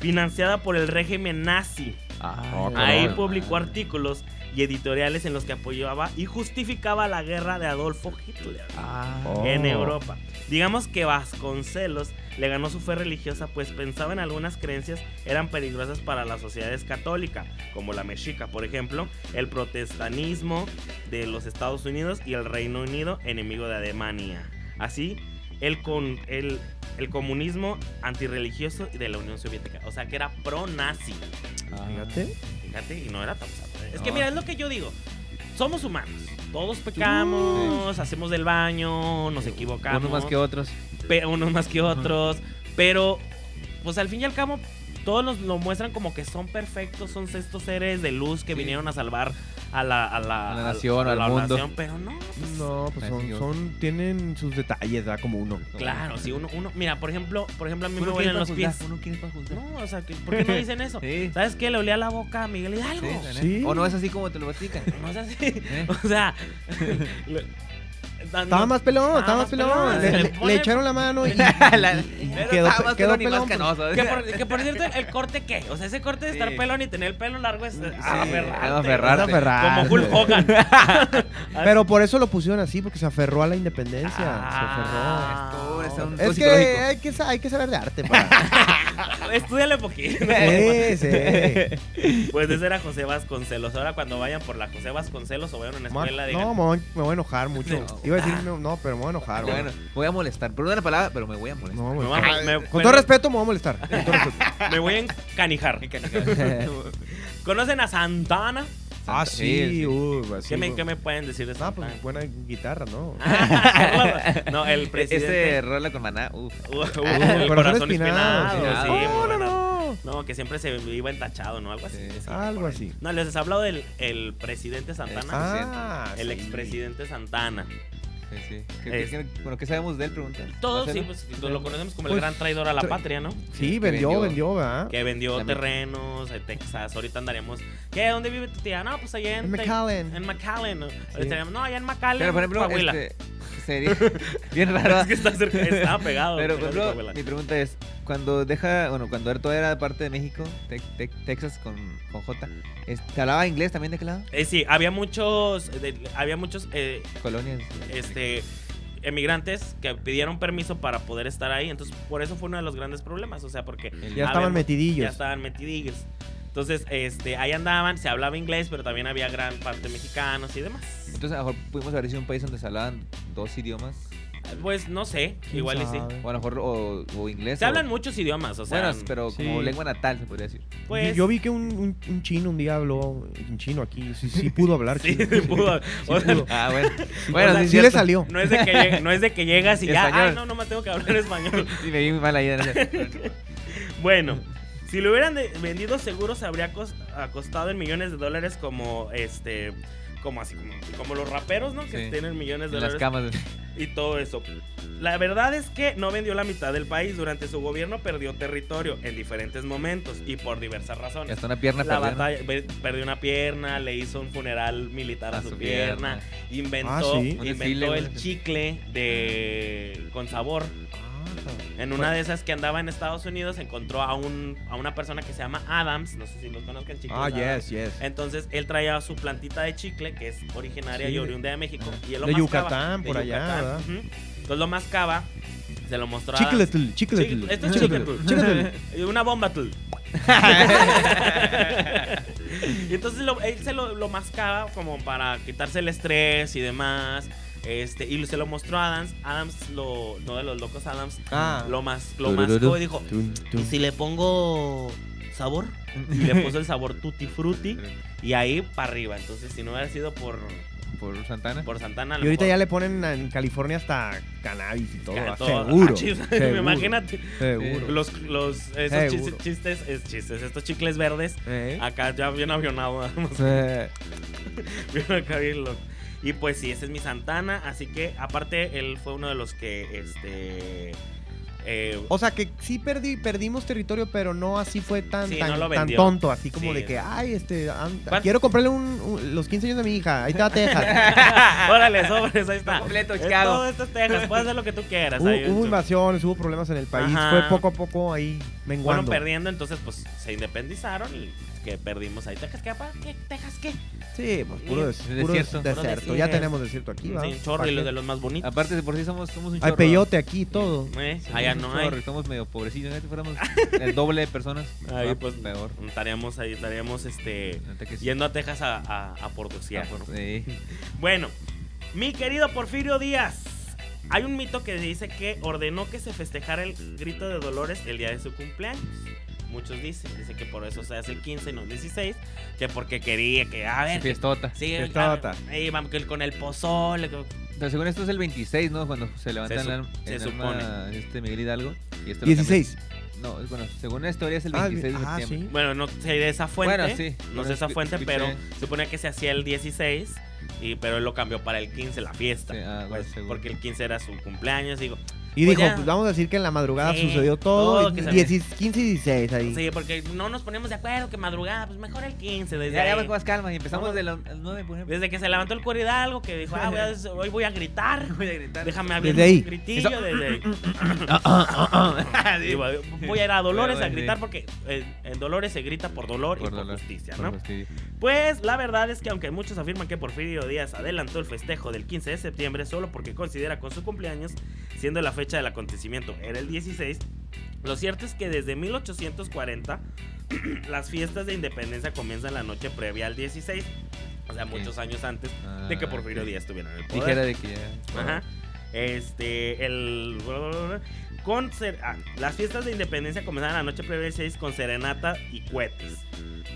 Speaker 2: financiada por el régimen nazi.
Speaker 3: Ah,
Speaker 5: Ah,
Speaker 2: Ahí
Speaker 5: cabrón.
Speaker 2: publicó artículos y editoriales en los que apoyaba y justificaba la guerra de Adolfo Hitler
Speaker 3: Ah.
Speaker 5: Oh.
Speaker 2: en Europa. Digamos que Vasconcelos le ganó su fe religiosa, pues pensaba en algunas creencias eran peligrosas para las sociedades católicas, como la mexica, por ejemplo, el protestanismo de los Estados Unidos y el Reino Unido, enemigo de Alemania. Así, el, con, el, el comunismo antirreligioso de la Unión Soviética. O sea, que era pro-nazi.
Speaker 3: Ah.
Speaker 4: Fíjate.
Speaker 2: Fíjate, y no era tan santo, ¿eh? Es que mira, es lo que yo digo. Somos humanos. Todos pecamos, hacemos del baño, nos equivocamos.
Speaker 3: Unos más que otros.
Speaker 2: pe- unos más que otros. Pero, pues al fin y al cabo, todos los- lo muestran como que son perfectos, son estos seres de luz que
Speaker 3: Sí.
Speaker 2: vinieron a salvar a la, a la,
Speaker 3: A la nación,
Speaker 2: a la
Speaker 3: al mundo.
Speaker 2: nación, pero no. pues,
Speaker 4: No, pues
Speaker 3: Así
Speaker 4: son,
Speaker 3: yo-
Speaker 4: son- tienen sus detalles, ¿verdad? Como uno.
Speaker 2: Claro, si uno, uno, mira, por ejemplo, por ejemplo a mí me
Speaker 3: Uno
Speaker 2: huelen
Speaker 3: quiere
Speaker 2: los
Speaker 3: pa' juzgar,
Speaker 2: pies.
Speaker 3: Uno quiere para juzgar.
Speaker 2: No, o sea, que- ¿por qué no dicen eso?
Speaker 3: Sí.
Speaker 2: ¿Sabes qué? Le olía la boca a Miguel Hidalgo.
Speaker 3: Sí, la neta.
Speaker 4: Sí.
Speaker 3: O no es así como te lo platican.
Speaker 2: No es así.
Speaker 3: ¿Eh?
Speaker 2: O sea, le-
Speaker 4: Estaba
Speaker 2: no-
Speaker 4: más pelón,
Speaker 2: estaba
Speaker 4: estaba más
Speaker 2: se
Speaker 4: pelón. Le,
Speaker 2: le
Speaker 4: le-
Speaker 2: pone-
Speaker 4: le echaron la mano y
Speaker 3: La-
Speaker 4: quedó-
Speaker 3: estaba más
Speaker 4: quedó
Speaker 3: pelón y más
Speaker 4: pelón,
Speaker 3: canoso.
Speaker 4: pues.
Speaker 2: Que por, que por cierto, el corte qué? O sea, ese corte de estar
Speaker 3: Sí.
Speaker 2: pelón y tener el pelo largo es
Speaker 3: Sí,
Speaker 2: aferrante.
Speaker 3: es aferrarte. Ah,
Speaker 4: Es aferrante.
Speaker 2: Como Hulk Hogan.
Speaker 4: Pero por eso lo pusieron así, porque se aferró a la independencia.
Speaker 2: Ah,
Speaker 3: Esto es un-
Speaker 4: se aferró. Es que
Speaker 3: psicológico.
Speaker 4: hay que, sa- hay que saber de arte. pa.
Speaker 3: Ah,
Speaker 2: Estúdiale poquito.
Speaker 4: sí, sí.
Speaker 2: Pues ese era José Vasconcelos. Ahora cuando vayan por la José Vasconcelos o vayan a una
Speaker 4: Ma-
Speaker 2: escuela,
Speaker 4: No,
Speaker 2: digan...
Speaker 4: me voy, me voy a enojar mucho.
Speaker 2: Sí.
Speaker 4: Iba a decir, no, no, pero me voy a enojar.
Speaker 3: Bueno,
Speaker 4: güey.
Speaker 3: voy a molestar. Perdón la palabra, pero me voy a
Speaker 4: No,
Speaker 3: molestar.
Speaker 4: me
Speaker 2: me
Speaker 4: voy a
Speaker 2: voy a-
Speaker 4: enojar.
Speaker 2: me-
Speaker 4: Con
Speaker 2: me-
Speaker 4: todo respeto, me voy a molestar. Con todo respeto.
Speaker 2: me voy a encanijar. ¿Conocen a Santana?
Speaker 4: Ah,
Speaker 3: Sí,
Speaker 4: sí,
Speaker 3: sí.
Speaker 4: uy, pues,
Speaker 2: ¿Qué,
Speaker 4: sí,
Speaker 2: me, Ah,
Speaker 4: güey.
Speaker 2: qué me pueden decir de
Speaker 4: Ah,
Speaker 2: Santana?
Speaker 4: pues buena guitarra, ¿no?
Speaker 2: no, el presidente...
Speaker 3: Este rola con maná, uff.
Speaker 2: Uh, uh,
Speaker 4: Ah, Corazón
Speaker 2: el corazón
Speaker 4: espinado,
Speaker 2: espinado.
Speaker 3: sí.
Speaker 2: sí, muy
Speaker 4: Oh, no,
Speaker 2: buena.
Speaker 4: no.
Speaker 2: No, que siempre se iba entachado, ¿no? Algo así.
Speaker 3: Sí, Ah,
Speaker 2: sí,
Speaker 4: Algo
Speaker 2: por ahí.
Speaker 4: así.
Speaker 2: No, les he hablado del el presidente Santana.
Speaker 4: Ah,
Speaker 2: el
Speaker 4: sí.
Speaker 2: expresidente Santana.
Speaker 3: Sí, sí. ¿Qué- qué- qué- bueno, ¿qué sabemos de él? Pregunta.
Speaker 2: Todos
Speaker 3: ¿Marcelo?
Speaker 2: sí, pues, lo conocemos como el
Speaker 4: Pues,
Speaker 2: gran traidor a la
Speaker 4: tra-
Speaker 2: patria, ¿no?
Speaker 4: Sí,
Speaker 3: que
Speaker 4: vendió,
Speaker 3: vendió.
Speaker 4: vendió, ¿verdad?
Speaker 2: Que vendió
Speaker 3: También.
Speaker 2: terrenos en Texas. Ahorita andaríamos. ¿Qué? ¿Dónde vive tu tía? No, pues allá en.
Speaker 4: En
Speaker 2: Tex-
Speaker 4: McAllen.
Speaker 2: En McAllen. ¿no? Estaríamos, no, allá en McAllen.
Speaker 3: Pero, por ejemplo,
Speaker 2: Coahuila.
Speaker 3: este, sería bien raro.
Speaker 2: Es que está cerca, está pegado.
Speaker 3: Pero, por
Speaker 2: pegado de
Speaker 3: ejemplo,
Speaker 2: Coahuila.
Speaker 3: mi pregunta es, cuando deja, bueno, cuando Erto era parte de México, Tex- Tex- Texas con, con J, es- ¿te hablaba inglés también de qué lado?
Speaker 2: Eh, sí, había muchos. de- había muchos. eh,
Speaker 3: Colonias.
Speaker 2: este emigrantes que pidieron permiso para poder estar ahí, entonces por eso fue uno de los grandes problemas, o sea, porque A
Speaker 4: Ya estaban
Speaker 2: ver, Ah, ya
Speaker 4: metidillos.
Speaker 2: estaban metidillos. Entonces, este, ahí andaban, se hablaba inglés, pero también había gran parte mexicanos y demás.
Speaker 3: Entonces, a lo mejor pudimos haber sido un país donde se hablaban dos idiomas.
Speaker 2: Pues no sé,
Speaker 4: ¿Quién
Speaker 2: igual y sí.
Speaker 4: sabe?
Speaker 3: O a lo mejor o, o inglés.
Speaker 2: Se
Speaker 3: o-
Speaker 2: hablan muchos idiomas, o sea,
Speaker 3: Bueno, pero como
Speaker 4: sí.
Speaker 3: lengua natal, se podría decir.
Speaker 2: pues
Speaker 4: Yo- Yo vi que un, un, un chino un día habló en chino aquí. Sí, sí pudo hablar
Speaker 2: sí,
Speaker 4: chino.
Speaker 2: se pudo. O sea,
Speaker 4: pudo.
Speaker 3: Ah, bueno.
Speaker 2: o
Speaker 3: bueno,
Speaker 2: sea,
Speaker 3: sí,
Speaker 4: Sí le
Speaker 3: cierto.
Speaker 4: salió.
Speaker 2: no es de que lleg- no es de que llegas y ya, ay,
Speaker 3: Español.
Speaker 2: no, no me tengo que hablar español.
Speaker 3: Sí, me vi muy mal ahí. en el-
Speaker 2: Bueno, si le hubieran de- vendido seguro se habría cos- acostado en millones de dólares como este como así como, como los raperos, ¿no? Que
Speaker 3: Sí.
Speaker 2: tienen millones de
Speaker 3: en las
Speaker 2: dólares.
Speaker 3: camas.
Speaker 2: y todo eso. La verdad es que no vendió la mitad del país. Durante su gobierno perdió territorio en diferentes momentos y por diversas
Speaker 3: y
Speaker 2: razones.
Speaker 3: Hasta una pierna
Speaker 2: La
Speaker 3: perdida, ¿no?
Speaker 2: batalla, ve- perdió una pierna, le hizo un funeral militar a, su, pierna, inventó,
Speaker 4: Ah, sí.
Speaker 3: Un desfile,
Speaker 2: inventó
Speaker 3: un
Speaker 2: el
Speaker 3: desfile.
Speaker 2: chicle de con sabor.
Speaker 4: Ah,
Speaker 2: En una de esas que andaba en Estados Unidos encontró a un a una persona que se llama Adams, no sé si los conozcan chicos.
Speaker 4: Ah,
Speaker 2: Adams.
Speaker 4: yes, yes.
Speaker 2: Entonces él traía su plantita de chicle, que es originaria
Speaker 4: Sí,
Speaker 2: y
Speaker 4: de-
Speaker 2: oriunda de México.
Speaker 3: ajá.
Speaker 2: Y él lo
Speaker 4: De
Speaker 2: mascaba.
Speaker 4: Yucatán, por allá, ¿verdad?
Speaker 2: ujú. Entonces lo mascaba, se lo mostraba.
Speaker 4: Chicletl,
Speaker 2: Chicle-
Speaker 4: chicletl.
Speaker 2: Esto es chicletl. Y Una bomba tl. y entonces lo- él se lo, lo mascaba como para quitarse el estrés y demás. Este, y se lo mostró a Adams. Adams, lo, uno de los locos Adams,
Speaker 4: Ah.
Speaker 2: lo, mas, lo mascó y dijo: ¿Y si le pongo sabor? Y le puso el sabor tutti frutti. Y ahí para arriba. Entonces, si no hubiera sido por,
Speaker 3: Por Santana.
Speaker 2: por Santana, a lo
Speaker 4: Y ahorita ya
Speaker 2: mejor-
Speaker 4: le ponen en California hasta cannabis y todo.
Speaker 2: Ya,
Speaker 4: ¿ah?
Speaker 2: todo-
Speaker 4: Seguro.
Speaker 2: ah, chis-
Speaker 4: seguro,
Speaker 2: Imagínate.
Speaker 4: Seguro.
Speaker 2: Los, los, esos chis-
Speaker 4: Seguro.
Speaker 2: chistes, es chistes, estos chicles verdes.
Speaker 4: ¿Eh?
Speaker 2: Acá ya bien avionado. vamos,
Speaker 4: Eh,
Speaker 2: bien acá bien loco. Y pues sí, ese es mi Santana. Así que, aparte, él fue uno de los que, este... eh,
Speaker 4: O sea que sí perdí, perdimos territorio, pero no así fue tan,
Speaker 2: Sí,
Speaker 4: tan,
Speaker 2: no lo
Speaker 4: tan
Speaker 2: vendió.
Speaker 4: tonto, así como
Speaker 2: Sí.
Speaker 4: de que, ay, este, an-
Speaker 2: ¿Cuán-
Speaker 4: quiero comprarle un, un- los 15 años de mi hija, ahí está Texas.
Speaker 2: órale, sobres, ahí está.
Speaker 3: completo,
Speaker 2: Es
Speaker 3: Chicago.
Speaker 2: Todo esto es Texas, puedes hacer lo que tú quieras.
Speaker 4: hubo,
Speaker 2: ahí,
Speaker 4: hubo
Speaker 2: tú-
Speaker 4: invasiones, hubo problemas en el país,
Speaker 2: Ajá.
Speaker 4: fue poco a poco ahí
Speaker 2: fueron
Speaker 4: menguando.
Speaker 2: perdiendo, entonces pues se independizaron y que perdimos ahí. Texas, ¿qué? papá? ¿Qué? ¿Texas qué?
Speaker 4: sí, pues puro, des-
Speaker 3: Desierto.
Speaker 4: puro des-
Speaker 3: Puro
Speaker 4: desierto.
Speaker 2: desierto.
Speaker 4: Ya tenemos desierto aquí, ¿va?
Speaker 2: Sí, un chorro
Speaker 4: ¿Pa'
Speaker 2: y
Speaker 4: qué?
Speaker 2: los de los más bonitos.
Speaker 3: Aparte, de por sí somos, somos un
Speaker 4: Hay
Speaker 3: chorro.
Speaker 4: peyote aquí y todo.
Speaker 2: Eh,
Speaker 3: Somos
Speaker 2: Allá
Speaker 3: un
Speaker 2: no
Speaker 3: chorro,
Speaker 2: hay.
Speaker 3: Estamos medio pobrecitos. Si fuéramos el doble de personas.
Speaker 2: Ahí,
Speaker 3: ah,
Speaker 2: pues,
Speaker 3: peor.
Speaker 2: Estaríamos ahí, estaríamos este,
Speaker 3: Neta que sí.
Speaker 2: yendo a Texas a, a, a producir.
Speaker 3: Ah, por- sí.
Speaker 2: Bueno, mi querido Porfirio Díaz. Hay un mito que dice que ordenó que se festejara el grito de Dolores el día de su cumpleaños. muchos dicen. Dice que por eso se hace el 15 y no el 16. Que porque quería que, a ver. que-
Speaker 3: Fiestota.
Speaker 2: Sí,
Speaker 5: Fiestota.
Speaker 2: a ver, eh, vamos que con el pozole. que-
Speaker 3: Pero según esto es el 26, ¿no? Cuando se levanta
Speaker 2: Se
Speaker 3: el,
Speaker 2: su-
Speaker 3: alm-
Speaker 2: se
Speaker 3: el alma este Miguel Hidalgo. Y esto lo
Speaker 5: ¿16?
Speaker 3: cambian. No, es- bueno, según la historia es el
Speaker 5: Ah,
Speaker 3: 26 de
Speaker 5: ah,
Speaker 3: septiembre.
Speaker 5: sí.
Speaker 2: Bueno, no sé de esa fuente.
Speaker 3: Bueno, sí.
Speaker 2: No
Speaker 3: Bueno,
Speaker 2: sé esa
Speaker 3: escu-
Speaker 2: fuente,
Speaker 3: escuché.
Speaker 2: pero se supone que se hacía el 16. Y, pero él lo cambió para el 15, la fiesta.
Speaker 3: Sí, ah,
Speaker 2: pues,
Speaker 3: bueno, seguro.
Speaker 2: porque el 15 era su cumpleaños. Digo,
Speaker 5: Y
Speaker 2: Pues
Speaker 5: dijo,
Speaker 2: ya.
Speaker 5: pues vamos a decir que en la madrugada
Speaker 2: Sí,
Speaker 5: sucedió todo.
Speaker 2: todo
Speaker 5: y
Speaker 2: que se
Speaker 5: 10 15 y 16 ahí.
Speaker 2: sí, porque no nos ponemos de acuerdo que madrugada, pues mejor el 15. Desde,
Speaker 3: Ya, ya
Speaker 2: ahí.
Speaker 3: voy con más calma y empezamos
Speaker 2: Vamos.
Speaker 3: de las 9, por ejemplo.
Speaker 2: Desde que se levantó el cuero Hidalgo, que dijo, ah, voy a- hoy voy a gritar.
Speaker 3: Voy a gritar. Ah,
Speaker 2: Déjame abrir
Speaker 5: Desde ahí.
Speaker 2: un gritillo
Speaker 3: Eso-
Speaker 2: desde ahí.
Speaker 3: Sí.
Speaker 2: Digo, voy a ir a Dolores
Speaker 3: Bueno,
Speaker 2: a gritar
Speaker 3: sí.
Speaker 2: porque eh, en Dolores se grita por dolor y
Speaker 3: Por
Speaker 2: por
Speaker 3: dolor.
Speaker 2: justicia,
Speaker 3: Por
Speaker 2: ¿no?
Speaker 3: fastidio.
Speaker 2: Pues la verdad es que aunque muchos afirman que Porfirio Díaz adelantó el festejo del 15 de septiembre solo porque considera con su cumpleaños, siendo la fecha del acontecimiento era el 16, lo cierto es que desde 1840 las fiestas de independencia comienzan la noche previa al 16, o sea,
Speaker 3: Ok.
Speaker 2: muchos años antes
Speaker 3: Ah,
Speaker 2: de que Porfirio
Speaker 3: ok.
Speaker 2: Díaz estuviera en el poder.
Speaker 3: Dijera de que ya.
Speaker 2: Ajá. Este, el. Con ser- ah, las fiestas de independencia comenzaron la noche previa del 6 con serenata y cohetes.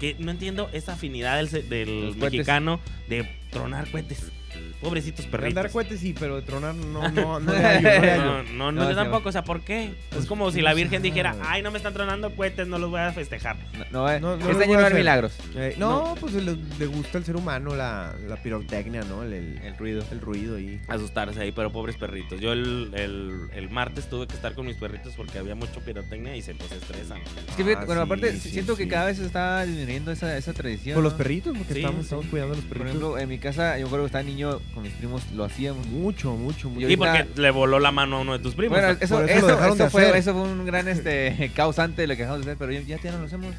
Speaker 2: Que no entiendo esa afinidad del, se- del
Speaker 3: Los cohetes.
Speaker 2: mexicano de tronar cohetes. Pobrecitos perritos.
Speaker 5: Andar cohetes sí, pero de tronar no, no, no le hallo, no le hallo.
Speaker 2: No, no, no,
Speaker 3: No,
Speaker 2: yo
Speaker 3: sí,
Speaker 2: tampoco, o sea, ¿por qué? Es como si la Virgen dijera, ay, no me están tronando cohetes, no los voy a festejar.
Speaker 3: No, no,
Speaker 5: No, no lo voy
Speaker 3: este año
Speaker 5: a
Speaker 3: no va a haber
Speaker 5: hacer.
Speaker 3: milagros.
Speaker 5: Eh, no, pues le, le gusta al ser humano la, la pirotecnia, ¿no? El, el-
Speaker 3: El ruido.
Speaker 5: el ruido ahí.
Speaker 2: Asustarse ahí, pero pobres perritos. Yo el, el- el martes tuve que estar con mis perritos porque había mucho pirotecnia y se pues estresan.
Speaker 3: Es que,
Speaker 5: Ah,
Speaker 3: fíjate, bueno,
Speaker 5: sí,
Speaker 3: aparte,
Speaker 5: sí,
Speaker 3: siento que
Speaker 5: sí.
Speaker 3: cada vez se está disminuyendo esa, esa tradición.
Speaker 5: Por los
Speaker 3: ¿no?
Speaker 5: perritos, porque
Speaker 2: Sí,
Speaker 5: estamos,
Speaker 2: sí.
Speaker 5: estamos cuidando a los
Speaker 3: Por
Speaker 5: perritos.
Speaker 3: ejemplo, en mi casa, yo me acuerdo que estaba niño, con mis primos lo hacíamos.
Speaker 5: mucho, mucho, mucho.
Speaker 3: Y
Speaker 2: Sí,
Speaker 3: ahorita-
Speaker 2: porque le voló la mano a uno de tus primos.
Speaker 3: Bueno,
Speaker 2: ¿no?
Speaker 3: eso, eso,
Speaker 5: por eso lo dejaron
Speaker 3: eso
Speaker 5: de hacer.
Speaker 3: fue, eso fue un gran este, causante de lo que dejamos de hacer, pero ya, ya, ya no lo hacemos.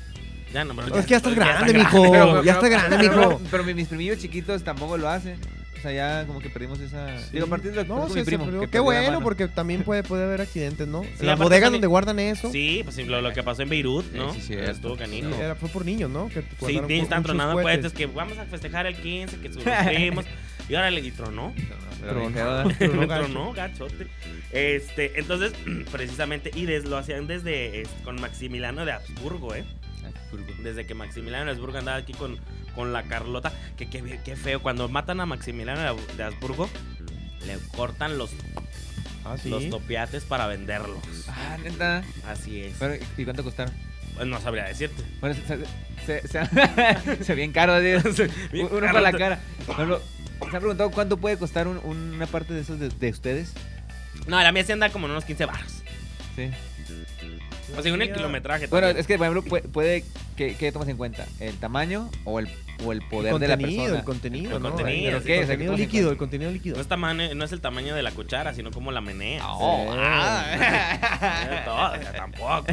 Speaker 2: Ya no, pero
Speaker 5: No, es que ya estás grande, mijo.
Speaker 3: Pero- pero-
Speaker 5: ya está
Speaker 3: pero-
Speaker 5: grande,
Speaker 3: pero-
Speaker 5: mijo.
Speaker 3: Pero, mi- mis primillos chiquitos tampoco lo hacen. O sea, ya como que perdimos esa. Digo, a partir de lo que
Speaker 5: No,
Speaker 3: pasó con
Speaker 5: sí,
Speaker 3: mi
Speaker 5: se
Speaker 3: primo.
Speaker 5: perdió.
Speaker 3: que
Speaker 5: Qué
Speaker 2: pues,
Speaker 3: perdió la
Speaker 5: bueno,
Speaker 3: mano.
Speaker 5: porque también puede, puede haber accidentes, ¿no? Las
Speaker 2: aparte
Speaker 5: bodegas
Speaker 2: también-
Speaker 5: donde guardan eso.
Speaker 2: Sí, pues sí, lo, lo que pasó en Beirut, ¿no? Pues
Speaker 3: Sí, sí, cierto.
Speaker 2: Estuvo canino.
Speaker 5: Era, fue por niños, ¿no? Que
Speaker 2: Sí,
Speaker 5: guardaron
Speaker 2: sí,
Speaker 5: mu-
Speaker 2: están
Speaker 5: muchos
Speaker 2: tronando cohetes que vamos a festejar el 15, que sus primos. Y ahora le tronó.
Speaker 3: No, no, pero
Speaker 5: Tronó.
Speaker 3: mi pedo-
Speaker 5: Tronó
Speaker 2: Tronó,
Speaker 5: gacho.
Speaker 2: gachote. Este, entonces, precisamente, y des- lo hacían desde eh, con Maximiliano de Habsburgo, ¿eh? Desde que Maximiliano de Habsburgo andaba aquí con, con la Carlota. Que qué, qué feo. Cuando matan a Maximiliano de Hab- de Habsburgo, le cortan los,
Speaker 5: Ah, sí.
Speaker 2: los topiates para venderlos.
Speaker 3: Ah, neta.
Speaker 2: Así es.
Speaker 3: Pero, ¿Y cuánto costaron?
Speaker 2: Pues No sabría decirte.
Speaker 3: Bueno, se, se, se, se- se bien caro, tío.
Speaker 2: bien
Speaker 3: uno
Speaker 2: caro.
Speaker 3: para la cara. Por ejemplo, ¿Se han preguntado cuánto puede costar un- una parte de esos de, de ustedes?
Speaker 2: No, la mía sí anda como en unos 15 barros.
Speaker 3: Sí.
Speaker 2: O según el kilometraje.
Speaker 3: Bueno,
Speaker 2: también.
Speaker 3: es que, por ejemplo, puede, puede que, que tomas en cuenta el tamaño o el, o el poder
Speaker 5: el
Speaker 3: de la
Speaker 5: contenido,
Speaker 3: persona.
Speaker 5: el contenido,
Speaker 2: El
Speaker 5: ¿no?
Speaker 2: contenido,
Speaker 5: el
Speaker 2: sí,
Speaker 3: o sea,
Speaker 5: contenido
Speaker 3: que-
Speaker 5: líquido, el contenido líquido.
Speaker 2: no,
Speaker 4: Pues,
Speaker 2: es tamaño- no es el tamaño de la cuchara, sino como la meneas.
Speaker 3: Oh,
Speaker 5: Sí.
Speaker 2: Eh,
Speaker 3: ah.
Speaker 2: todo, o sea, tampoco.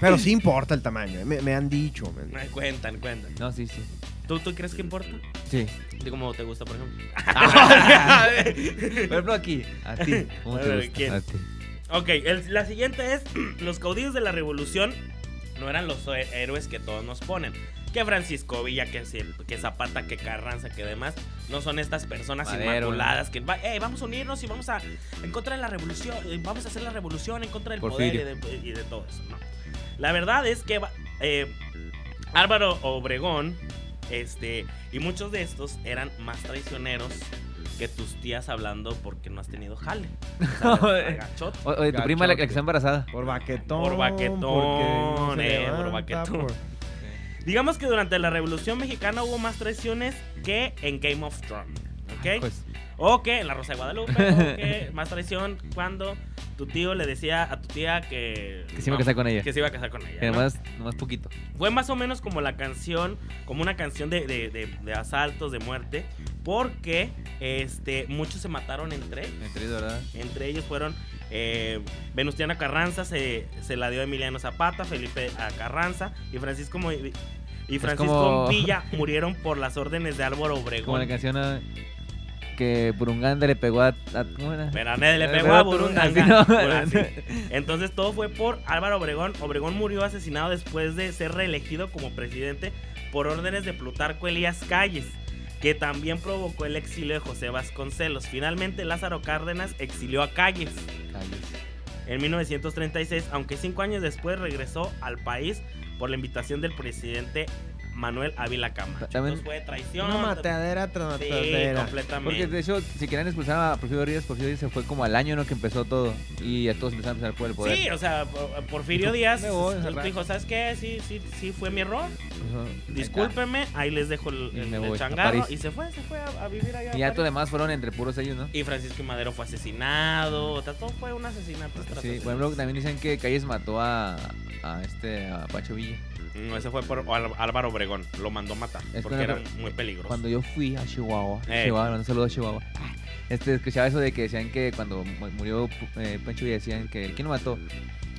Speaker 5: Pero sí importa el tamaño, eh, me, me han dicho. me han dicho.
Speaker 2: Ay, cuentan, cuentan.
Speaker 3: No, sí, sí.
Speaker 2: ¿Tú, ¿Tú crees que importa?
Speaker 3: Sí.
Speaker 2: ¿De cómo te gusta, por ejemplo?
Speaker 3: Por ejemplo, aquí. A ti. ¿Cómo
Speaker 2: A
Speaker 3: te
Speaker 2: ver,
Speaker 3: gusta?
Speaker 2: ¿quién?
Speaker 3: A ti.
Speaker 2: ok, el- la siguiente es: los caudillos de la revolución no eran los he- héroes que todos nos ponen. Que Francisco Villa, que, Sil- que Zapata, que Carranza, que demás, no son estas personas
Speaker 3: Madero.
Speaker 2: inmaculadas que va- "Ey, vamos a unirnos y vamos a en contra de la revolución, eh, vamos a hacer la revolución en contra del
Speaker 3: Porfirio.
Speaker 2: poder y de, y de todo eso, ¿no? La verdad es que va- eh, Álvaro Obregón este, y muchos de estos eran más traicioneros que tus tías hablando porque no has tenido jale. O sea, gachote.
Speaker 3: O, o de tu prima, la, la que
Speaker 5: Gachote.
Speaker 3: está embarazada.
Speaker 5: Por baquetón.
Speaker 2: Por baquetón,
Speaker 5: porque no se
Speaker 2: eh, por
Speaker 5: levanta,
Speaker 2: baquetón. Digamos que durante la Revolución Mexicana hubo más traiciones que en Game of Thrones, ¿ok?
Speaker 3: Pues,
Speaker 2: O que en la Rosa de Guadalupe, o que más traición cuando tu tío le decía a tu tía que...
Speaker 3: que sí me casé con ella.
Speaker 2: que se iba a casar con ella.
Speaker 3: Y
Speaker 2: ¿no?
Speaker 3: nomás, nomás poquito.
Speaker 2: Fue más o menos como la canción, como una canción de, de- de- de asaltos, de muerte, porque este, muchos se mataron entre ellos.
Speaker 3: Me atrevido, ¿verdad?
Speaker 2: Entre ellos fueron eh, Venustiano Carranza, se, se la dio a Emiliano Zapata, Felipe a Carranza y Francisco, Mo- y Francisco
Speaker 3: como-
Speaker 2: Villa murieron por las órdenes de Álvaro
Speaker 3: Como la
Speaker 2: Obregón.
Speaker 3: canción ah, que Burunganda le pegó a. a- ¿Cómo era?
Speaker 2: Pero a nadie le
Speaker 3: Le
Speaker 2: pegó
Speaker 3: pegó
Speaker 2: a
Speaker 3: a
Speaker 2: Burundanga.
Speaker 3: Burundanga, sí, ¿no?
Speaker 2: Por así. Entonces todo fue por Álvaro Obregón. Obregón murió asesinado después de ser reelegido como presidente por órdenes de Plutarco Elías Calles, que también provocó el exilio de José Vasconcelos. Finalmente Lázaro Cárdenas exilió a Calles.
Speaker 3: Calles.
Speaker 2: en 1936, aunque cinco años después regresó al país por la invitación del presidente Manuel Ávila Camacho.
Speaker 3: También-
Speaker 2: Entonces fue traición.
Speaker 4: Una matadera tras
Speaker 2: Sí,
Speaker 4: matadera.
Speaker 2: completamente.
Speaker 3: Porque de hecho, si querían expulsar a Porfirio Díaz, Porfirio Díaz se fue como al año, ¿no? Que empezó todo. Y a todos empezaron a empezar por el poder.
Speaker 2: Sí, o sea, Por- Porfirio Díaz
Speaker 3: Me voy,
Speaker 2: él
Speaker 3: arranca.
Speaker 2: dijo, ¿sabes qué? Sí, sí, sí fue mi error.
Speaker 3: Ajá.
Speaker 2: Discúlpeme, ahí les dejo el,
Speaker 3: Y me
Speaker 2: el
Speaker 3: voy a
Speaker 2: changarro.
Speaker 3: París.
Speaker 2: Y se fue, se fue a, a vivir allá. a
Speaker 3: Y ya todo
Speaker 2: París.
Speaker 3: demás fueron entre puros ellos, ¿no?
Speaker 2: Y Francisco I. Madero fue asesinado. O sea, todo fue un asesinato. tras
Speaker 3: Sí, por
Speaker 2: asesinato.
Speaker 3: ejemplo, también dicen que Calles mató a, a este, a Pacho Villa.
Speaker 2: No, ese fue por Ál- Álvaro Obregón. Lo mandó matar
Speaker 3: Es
Speaker 2: porque
Speaker 3: que no-
Speaker 2: era muy peligroso.
Speaker 3: Cuando yo fui a Chihuahua,
Speaker 2: Eh.
Speaker 3: Chihuahua, un saludo a Chihuahua. Este, escuchaba eso de que decían que cuando mu- murió eh, Pancho Villa decían que ¿quién lo mató?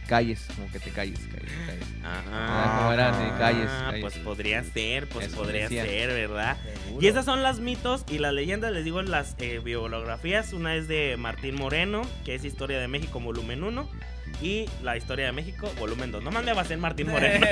Speaker 3: Calles, como que te calles, calles, calles.
Speaker 2: Ajá.
Speaker 3: como era, sí, calles,
Speaker 2: Ah,
Speaker 3: calles.
Speaker 2: Pues podría ser, pues
Speaker 3: Eso
Speaker 2: podría
Speaker 3: decía.
Speaker 2: ser, ¿verdad?
Speaker 4: Seguro.
Speaker 2: Y esas son las mitos y las leyendas, les digo las eh, biografías. Una es de Martín Moreno, que es Historia de México, volumen 1. Y la historia de México, volumen 2. Nomás me va a ser Martín Moreno.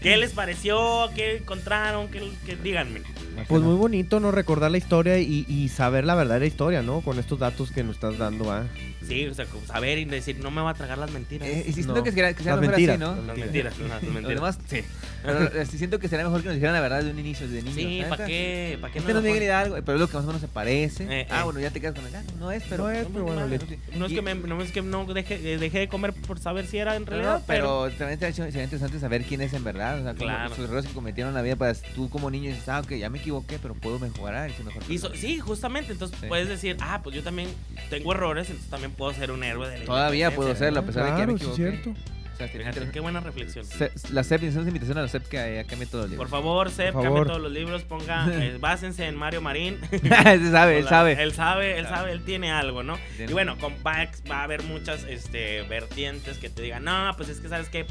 Speaker 2: ¿Qué les pareció? ¿Qué encontraron? ¿Qué, qué- díganme.
Speaker 4: Pues muy bonito, ¿no? Recordar la historia y, y saber la verdadera historia, ¿no? Con estos datos que nos estás dando, ¿ah?
Speaker 2: Sí, o sea, como saber y decir, no me va a tragar las mentiras.
Speaker 3: Eh, y sí, siento
Speaker 4: No.
Speaker 3: que será, que será
Speaker 4: Las
Speaker 3: mejor
Speaker 4: mentiras,
Speaker 3: así, ¿no?
Speaker 4: las
Speaker 2: las mentiras, las
Speaker 3: Los
Speaker 2: mentiras.
Speaker 3: demás, sí. Pero eh, sí siento que será mejor que nos dijeran la verdad de un inicio, desde niños.
Speaker 2: Sí,
Speaker 3: La
Speaker 2: ¿para
Speaker 3: neta,
Speaker 2: qué? ¿Para qué
Speaker 3: Este no
Speaker 2: lo
Speaker 3: tiene
Speaker 2: ponen?
Speaker 3: idea de algo, pero es lo que más o menos se parece.
Speaker 2: Eh,
Speaker 3: ah,
Speaker 2: eh.
Speaker 3: bueno, ya te quedas con el, ah, no es, pero...
Speaker 4: No es, pero bueno, le-
Speaker 2: No es que, me- no es que no deje, eh, dejé de comer por saber si era en
Speaker 3: No,
Speaker 2: realidad,
Speaker 3: no,
Speaker 2: pero...
Speaker 3: pero, también te- sería interesante saber quién es en verdad, o sea, cómo-
Speaker 2: Claro.
Speaker 3: sus errores que cometieron en la vida para tú como niño dices, ah, ok, ya me equivoqué, pero puedo mejorar y ser mejor.
Speaker 2: Y so- sí, justamente, entonces
Speaker 3: Sí.
Speaker 2: puedes decir, ah, pues yo también tengo errores, entonces también puedo ser un héroe de la
Speaker 3: Todavía puedo
Speaker 2: independencia,
Speaker 3: serlo, a
Speaker 2: ¿no?
Speaker 3: pesar de que ya me
Speaker 4: sí
Speaker 3: equivoqué.
Speaker 4: es cierto.
Speaker 3: O sea, sería
Speaker 2: Fíjate, qué
Speaker 3: interesante.
Speaker 2: buena reflexión.
Speaker 3: Se- La SEP, hicimos invitación a la SEP que eh, cambie todo el libro.
Speaker 2: Por favor, Seb,
Speaker 4: Por
Speaker 2: cambie
Speaker 4: favor.
Speaker 2: todos los libros, ponga, eh, básense en Mario Marín.
Speaker 3: Ese sabe, él
Speaker 2: Hola.
Speaker 3: sabe.
Speaker 2: Él sabe, él
Speaker 3: Sabe.
Speaker 2: sabe, él tiene algo, ¿no?
Speaker 3: Tiene-
Speaker 2: Y bueno, con Pax va a haber muchas este, vertientes que te digan, no, pues es que sabes que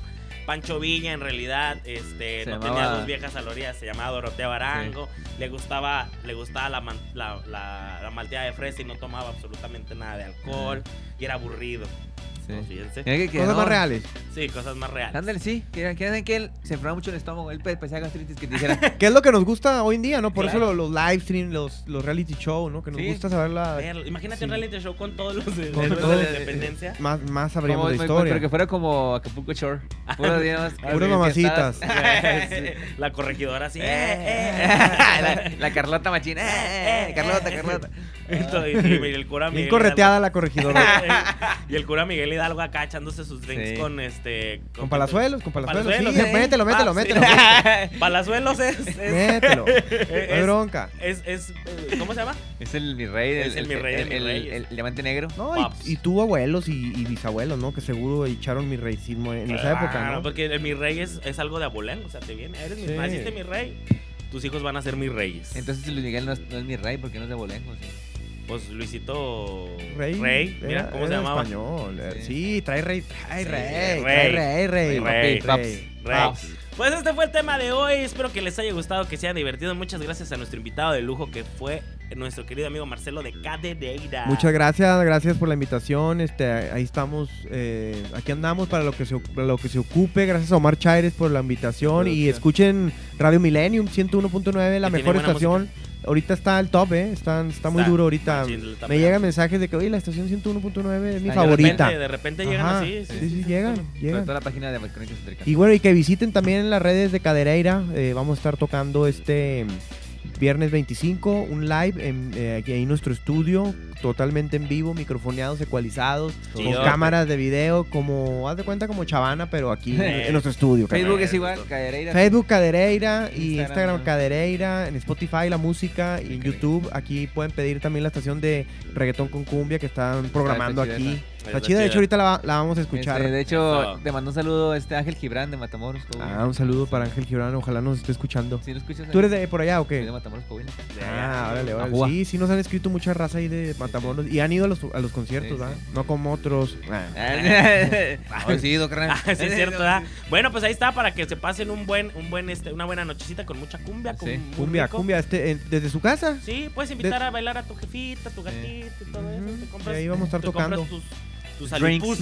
Speaker 2: Pancho Villa en realidad este,
Speaker 3: Se
Speaker 2: no tenía
Speaker 3: llamaba-
Speaker 2: dos viejas a la orilla, se llamaba Dorotea Barango, le gustaba, le gustaba la, man- la, la- la malteada de fresa y no tomaba absolutamente nada de alcohol y era aburrido.
Speaker 3: Sí. Eh.
Speaker 2: ¿no? Fíjense.
Speaker 3: Mira que
Speaker 4: Cosas
Speaker 3: quedó-
Speaker 4: más reales.
Speaker 2: Sí, cosas más reales.
Speaker 3: Ándale, sí. Que, que saben que él se enfermaba mucho el estómago. Él parecía gastritis que te dijera.
Speaker 4: Que es lo que nos gusta hoy en día, ¿no? Por
Speaker 3: Claro.
Speaker 4: eso los, los live stream, los, los reality show, ¿no? Que nos
Speaker 3: Sí.
Speaker 4: gusta saber la...
Speaker 2: Verlo. Imagínate
Speaker 4: Sí.
Speaker 2: un reality show con todos los de,
Speaker 4: Con
Speaker 2: héroes
Speaker 4: todo.
Speaker 2: de la independencia.
Speaker 4: Más, más
Speaker 3: como-
Speaker 4: sabríamos de
Speaker 3: me-
Speaker 4: historia.
Speaker 3: Pero que fuera como Acapulco Shore. Puras digamos,
Speaker 4: Puras mamacitas.
Speaker 2: la corregidora así.
Speaker 3: Eh,
Speaker 2: "Eh,
Speaker 3: eh,
Speaker 2: eh".
Speaker 3: la, la Carlota Machín. eh, eh, eh, Carlota, Carlota.
Speaker 2: Esto, y, y el cura
Speaker 4: Bien
Speaker 2: Miguel
Speaker 4: correteada la corregidora.
Speaker 2: Hidalgo- y el cura Miguel Hidalgo acá echándose sus drinks
Speaker 3: Sí.
Speaker 2: con este. Con,
Speaker 4: Con palazuelos, con palazuelos.
Speaker 2: Palazuelos,
Speaker 4: sí,
Speaker 2: ¿eh?
Speaker 4: mételo, mételo,
Speaker 2: Ah, sí.
Speaker 4: mételo.
Speaker 2: Palazuelos es. es-
Speaker 4: Mételo. No hay
Speaker 2: es-
Speaker 4: bronca.
Speaker 2: es- es, eh, ¿Cómo se llama?
Speaker 3: Es el mi rey.
Speaker 2: Es el mi rey de
Speaker 3: el,
Speaker 2: mis
Speaker 3: el-
Speaker 2: reyes.
Speaker 3: el- el diamante negro.
Speaker 4: No, y-
Speaker 2: Paps.
Speaker 4: y, tuvo abuelos y, y bisabuelos, ¿no? Que seguro echaron mi reicismo en esa época,
Speaker 2: Claro, pues,
Speaker 4: ¿no?
Speaker 2: porque el mi rey es, es algo de abolengo. O sea, te viene. Eres mi,
Speaker 4: Sí.
Speaker 2: naciste mi rey. Tus hijos van a ser mis reyes.
Speaker 3: Entonces Luis Miguel no es, no es mi rey porque no es de Bolengo. sí.
Speaker 2: pues Luisito. Rey.
Speaker 4: Rey. eh,
Speaker 2: mira,
Speaker 4: era-
Speaker 2: ¿cómo se
Speaker 4: era
Speaker 2: llamaba?
Speaker 4: español. eh,
Speaker 3: Sí.
Speaker 4: Sí, trae rey, trae
Speaker 3: Sí,
Speaker 4: rey,
Speaker 2: rey,
Speaker 4: trae rey,
Speaker 2: rey,
Speaker 4: rey. papi,
Speaker 3: paps,
Speaker 4: rey.
Speaker 2: Rey. Pues este fue el tema de hoy. Espero que les haya gustado, que se hayan divertido. Muchas gracias a nuestro invitado de lujo que fue nuestro querido amigo Marcelo de Cadedeira.
Speaker 4: Muchas gracias, gracias por la invitación. Este, ahí estamos, eh, aquí andamos para lo que se, para lo que se ocupe. Gracias a Omar Chaires por la invitación y
Speaker 3: Gracias.
Speaker 4: escuchen Radio Millennium 101.9, la
Speaker 2: Que tiene
Speaker 4: mejor
Speaker 2: buena
Speaker 4: estación. Ahorita está al top, eh, están, está muy
Speaker 2: Está
Speaker 4: duro ahorita.
Speaker 2: machín, está
Speaker 4: Me
Speaker 2: pegado.
Speaker 4: llegan mensajes de que, oye, la estación 101.9 es mi
Speaker 3: Está de
Speaker 4: favorita.
Speaker 2: De repente, de repente llegan
Speaker 4: Ajá,
Speaker 2: así.
Speaker 4: sí, sí, llegan,
Speaker 3: Sobre
Speaker 4: llegan.
Speaker 3: todo la página de Crónicas Centroamericanas.
Speaker 4: Y bueno, y que visiten también las redes de Cadereira. eh, vamos a estar tocando este mm, viernes 25, un live en, eh, aquí en nuestro estudio, totalmente en vivo, microfoneados, ecualizados,
Speaker 2: Sí,
Speaker 4: con
Speaker 2: yo-
Speaker 4: cámaras de video, como, haz de cuenta, como chavana, pero aquí en,
Speaker 2: Eh.
Speaker 4: en nuestro estudio. carnal.
Speaker 3: Facebook es igual. Cadereira.
Speaker 4: Facebook Cadereira y
Speaker 3: Instagram,
Speaker 4: Instagram
Speaker 3: ¿no?
Speaker 4: Cadereira, en Spotify la música y en
Speaker 3: Ok.
Speaker 4: YouTube. Aquí pueden pedir también la estación de reggaetón con cumbia que están programando
Speaker 3: chida
Speaker 4: aquí.
Speaker 3: esa.
Speaker 4: Está chida, de hecho ahorita la, va- la vamos a escuchar.
Speaker 3: Este, de hecho,
Speaker 2: Eso.
Speaker 3: te mandó un saludo este Ángel Gibran de Matamoros. Coahuila.
Speaker 4: Ah, un saludo para Ángel Gibran, ojalá nos esté escuchando.
Speaker 3: Si lo escuchas.
Speaker 4: ¿Tú eres de por allá o
Speaker 3: Soy de
Speaker 4: qué?
Speaker 3: Matamoros, Coahuila. Sí,
Speaker 4: Ah, órale, órale.
Speaker 3: Ajua.
Speaker 4: Sí, sí nos han escrito mucha raza ahí de Matamoros y han ido a los, a los conciertos,
Speaker 3: Sí,
Speaker 4: ¿verdad?
Speaker 3: sí.
Speaker 4: No como otros. Ah.
Speaker 3: Ah, sí, do, carnal.
Speaker 2: Ah, sí, es cierto, ¿verdad? Bueno, pues ahí está para que se pasen un buen, un buen, este, una buena nochecita con mucha cumbia. con
Speaker 3: Sí.
Speaker 2: muy
Speaker 4: Cumbia,
Speaker 2: rico.
Speaker 4: cumbia, este, en- desde su casa.
Speaker 2: Sí, puedes invitar a bailar a tu jefita, a tu gatito y todo eso.
Speaker 4: Ujú,
Speaker 2: Te compras,
Speaker 4: y ahí vamos a estar
Speaker 2: te compras
Speaker 4: tocando.
Speaker 2: tus tus
Speaker 3: Drinks.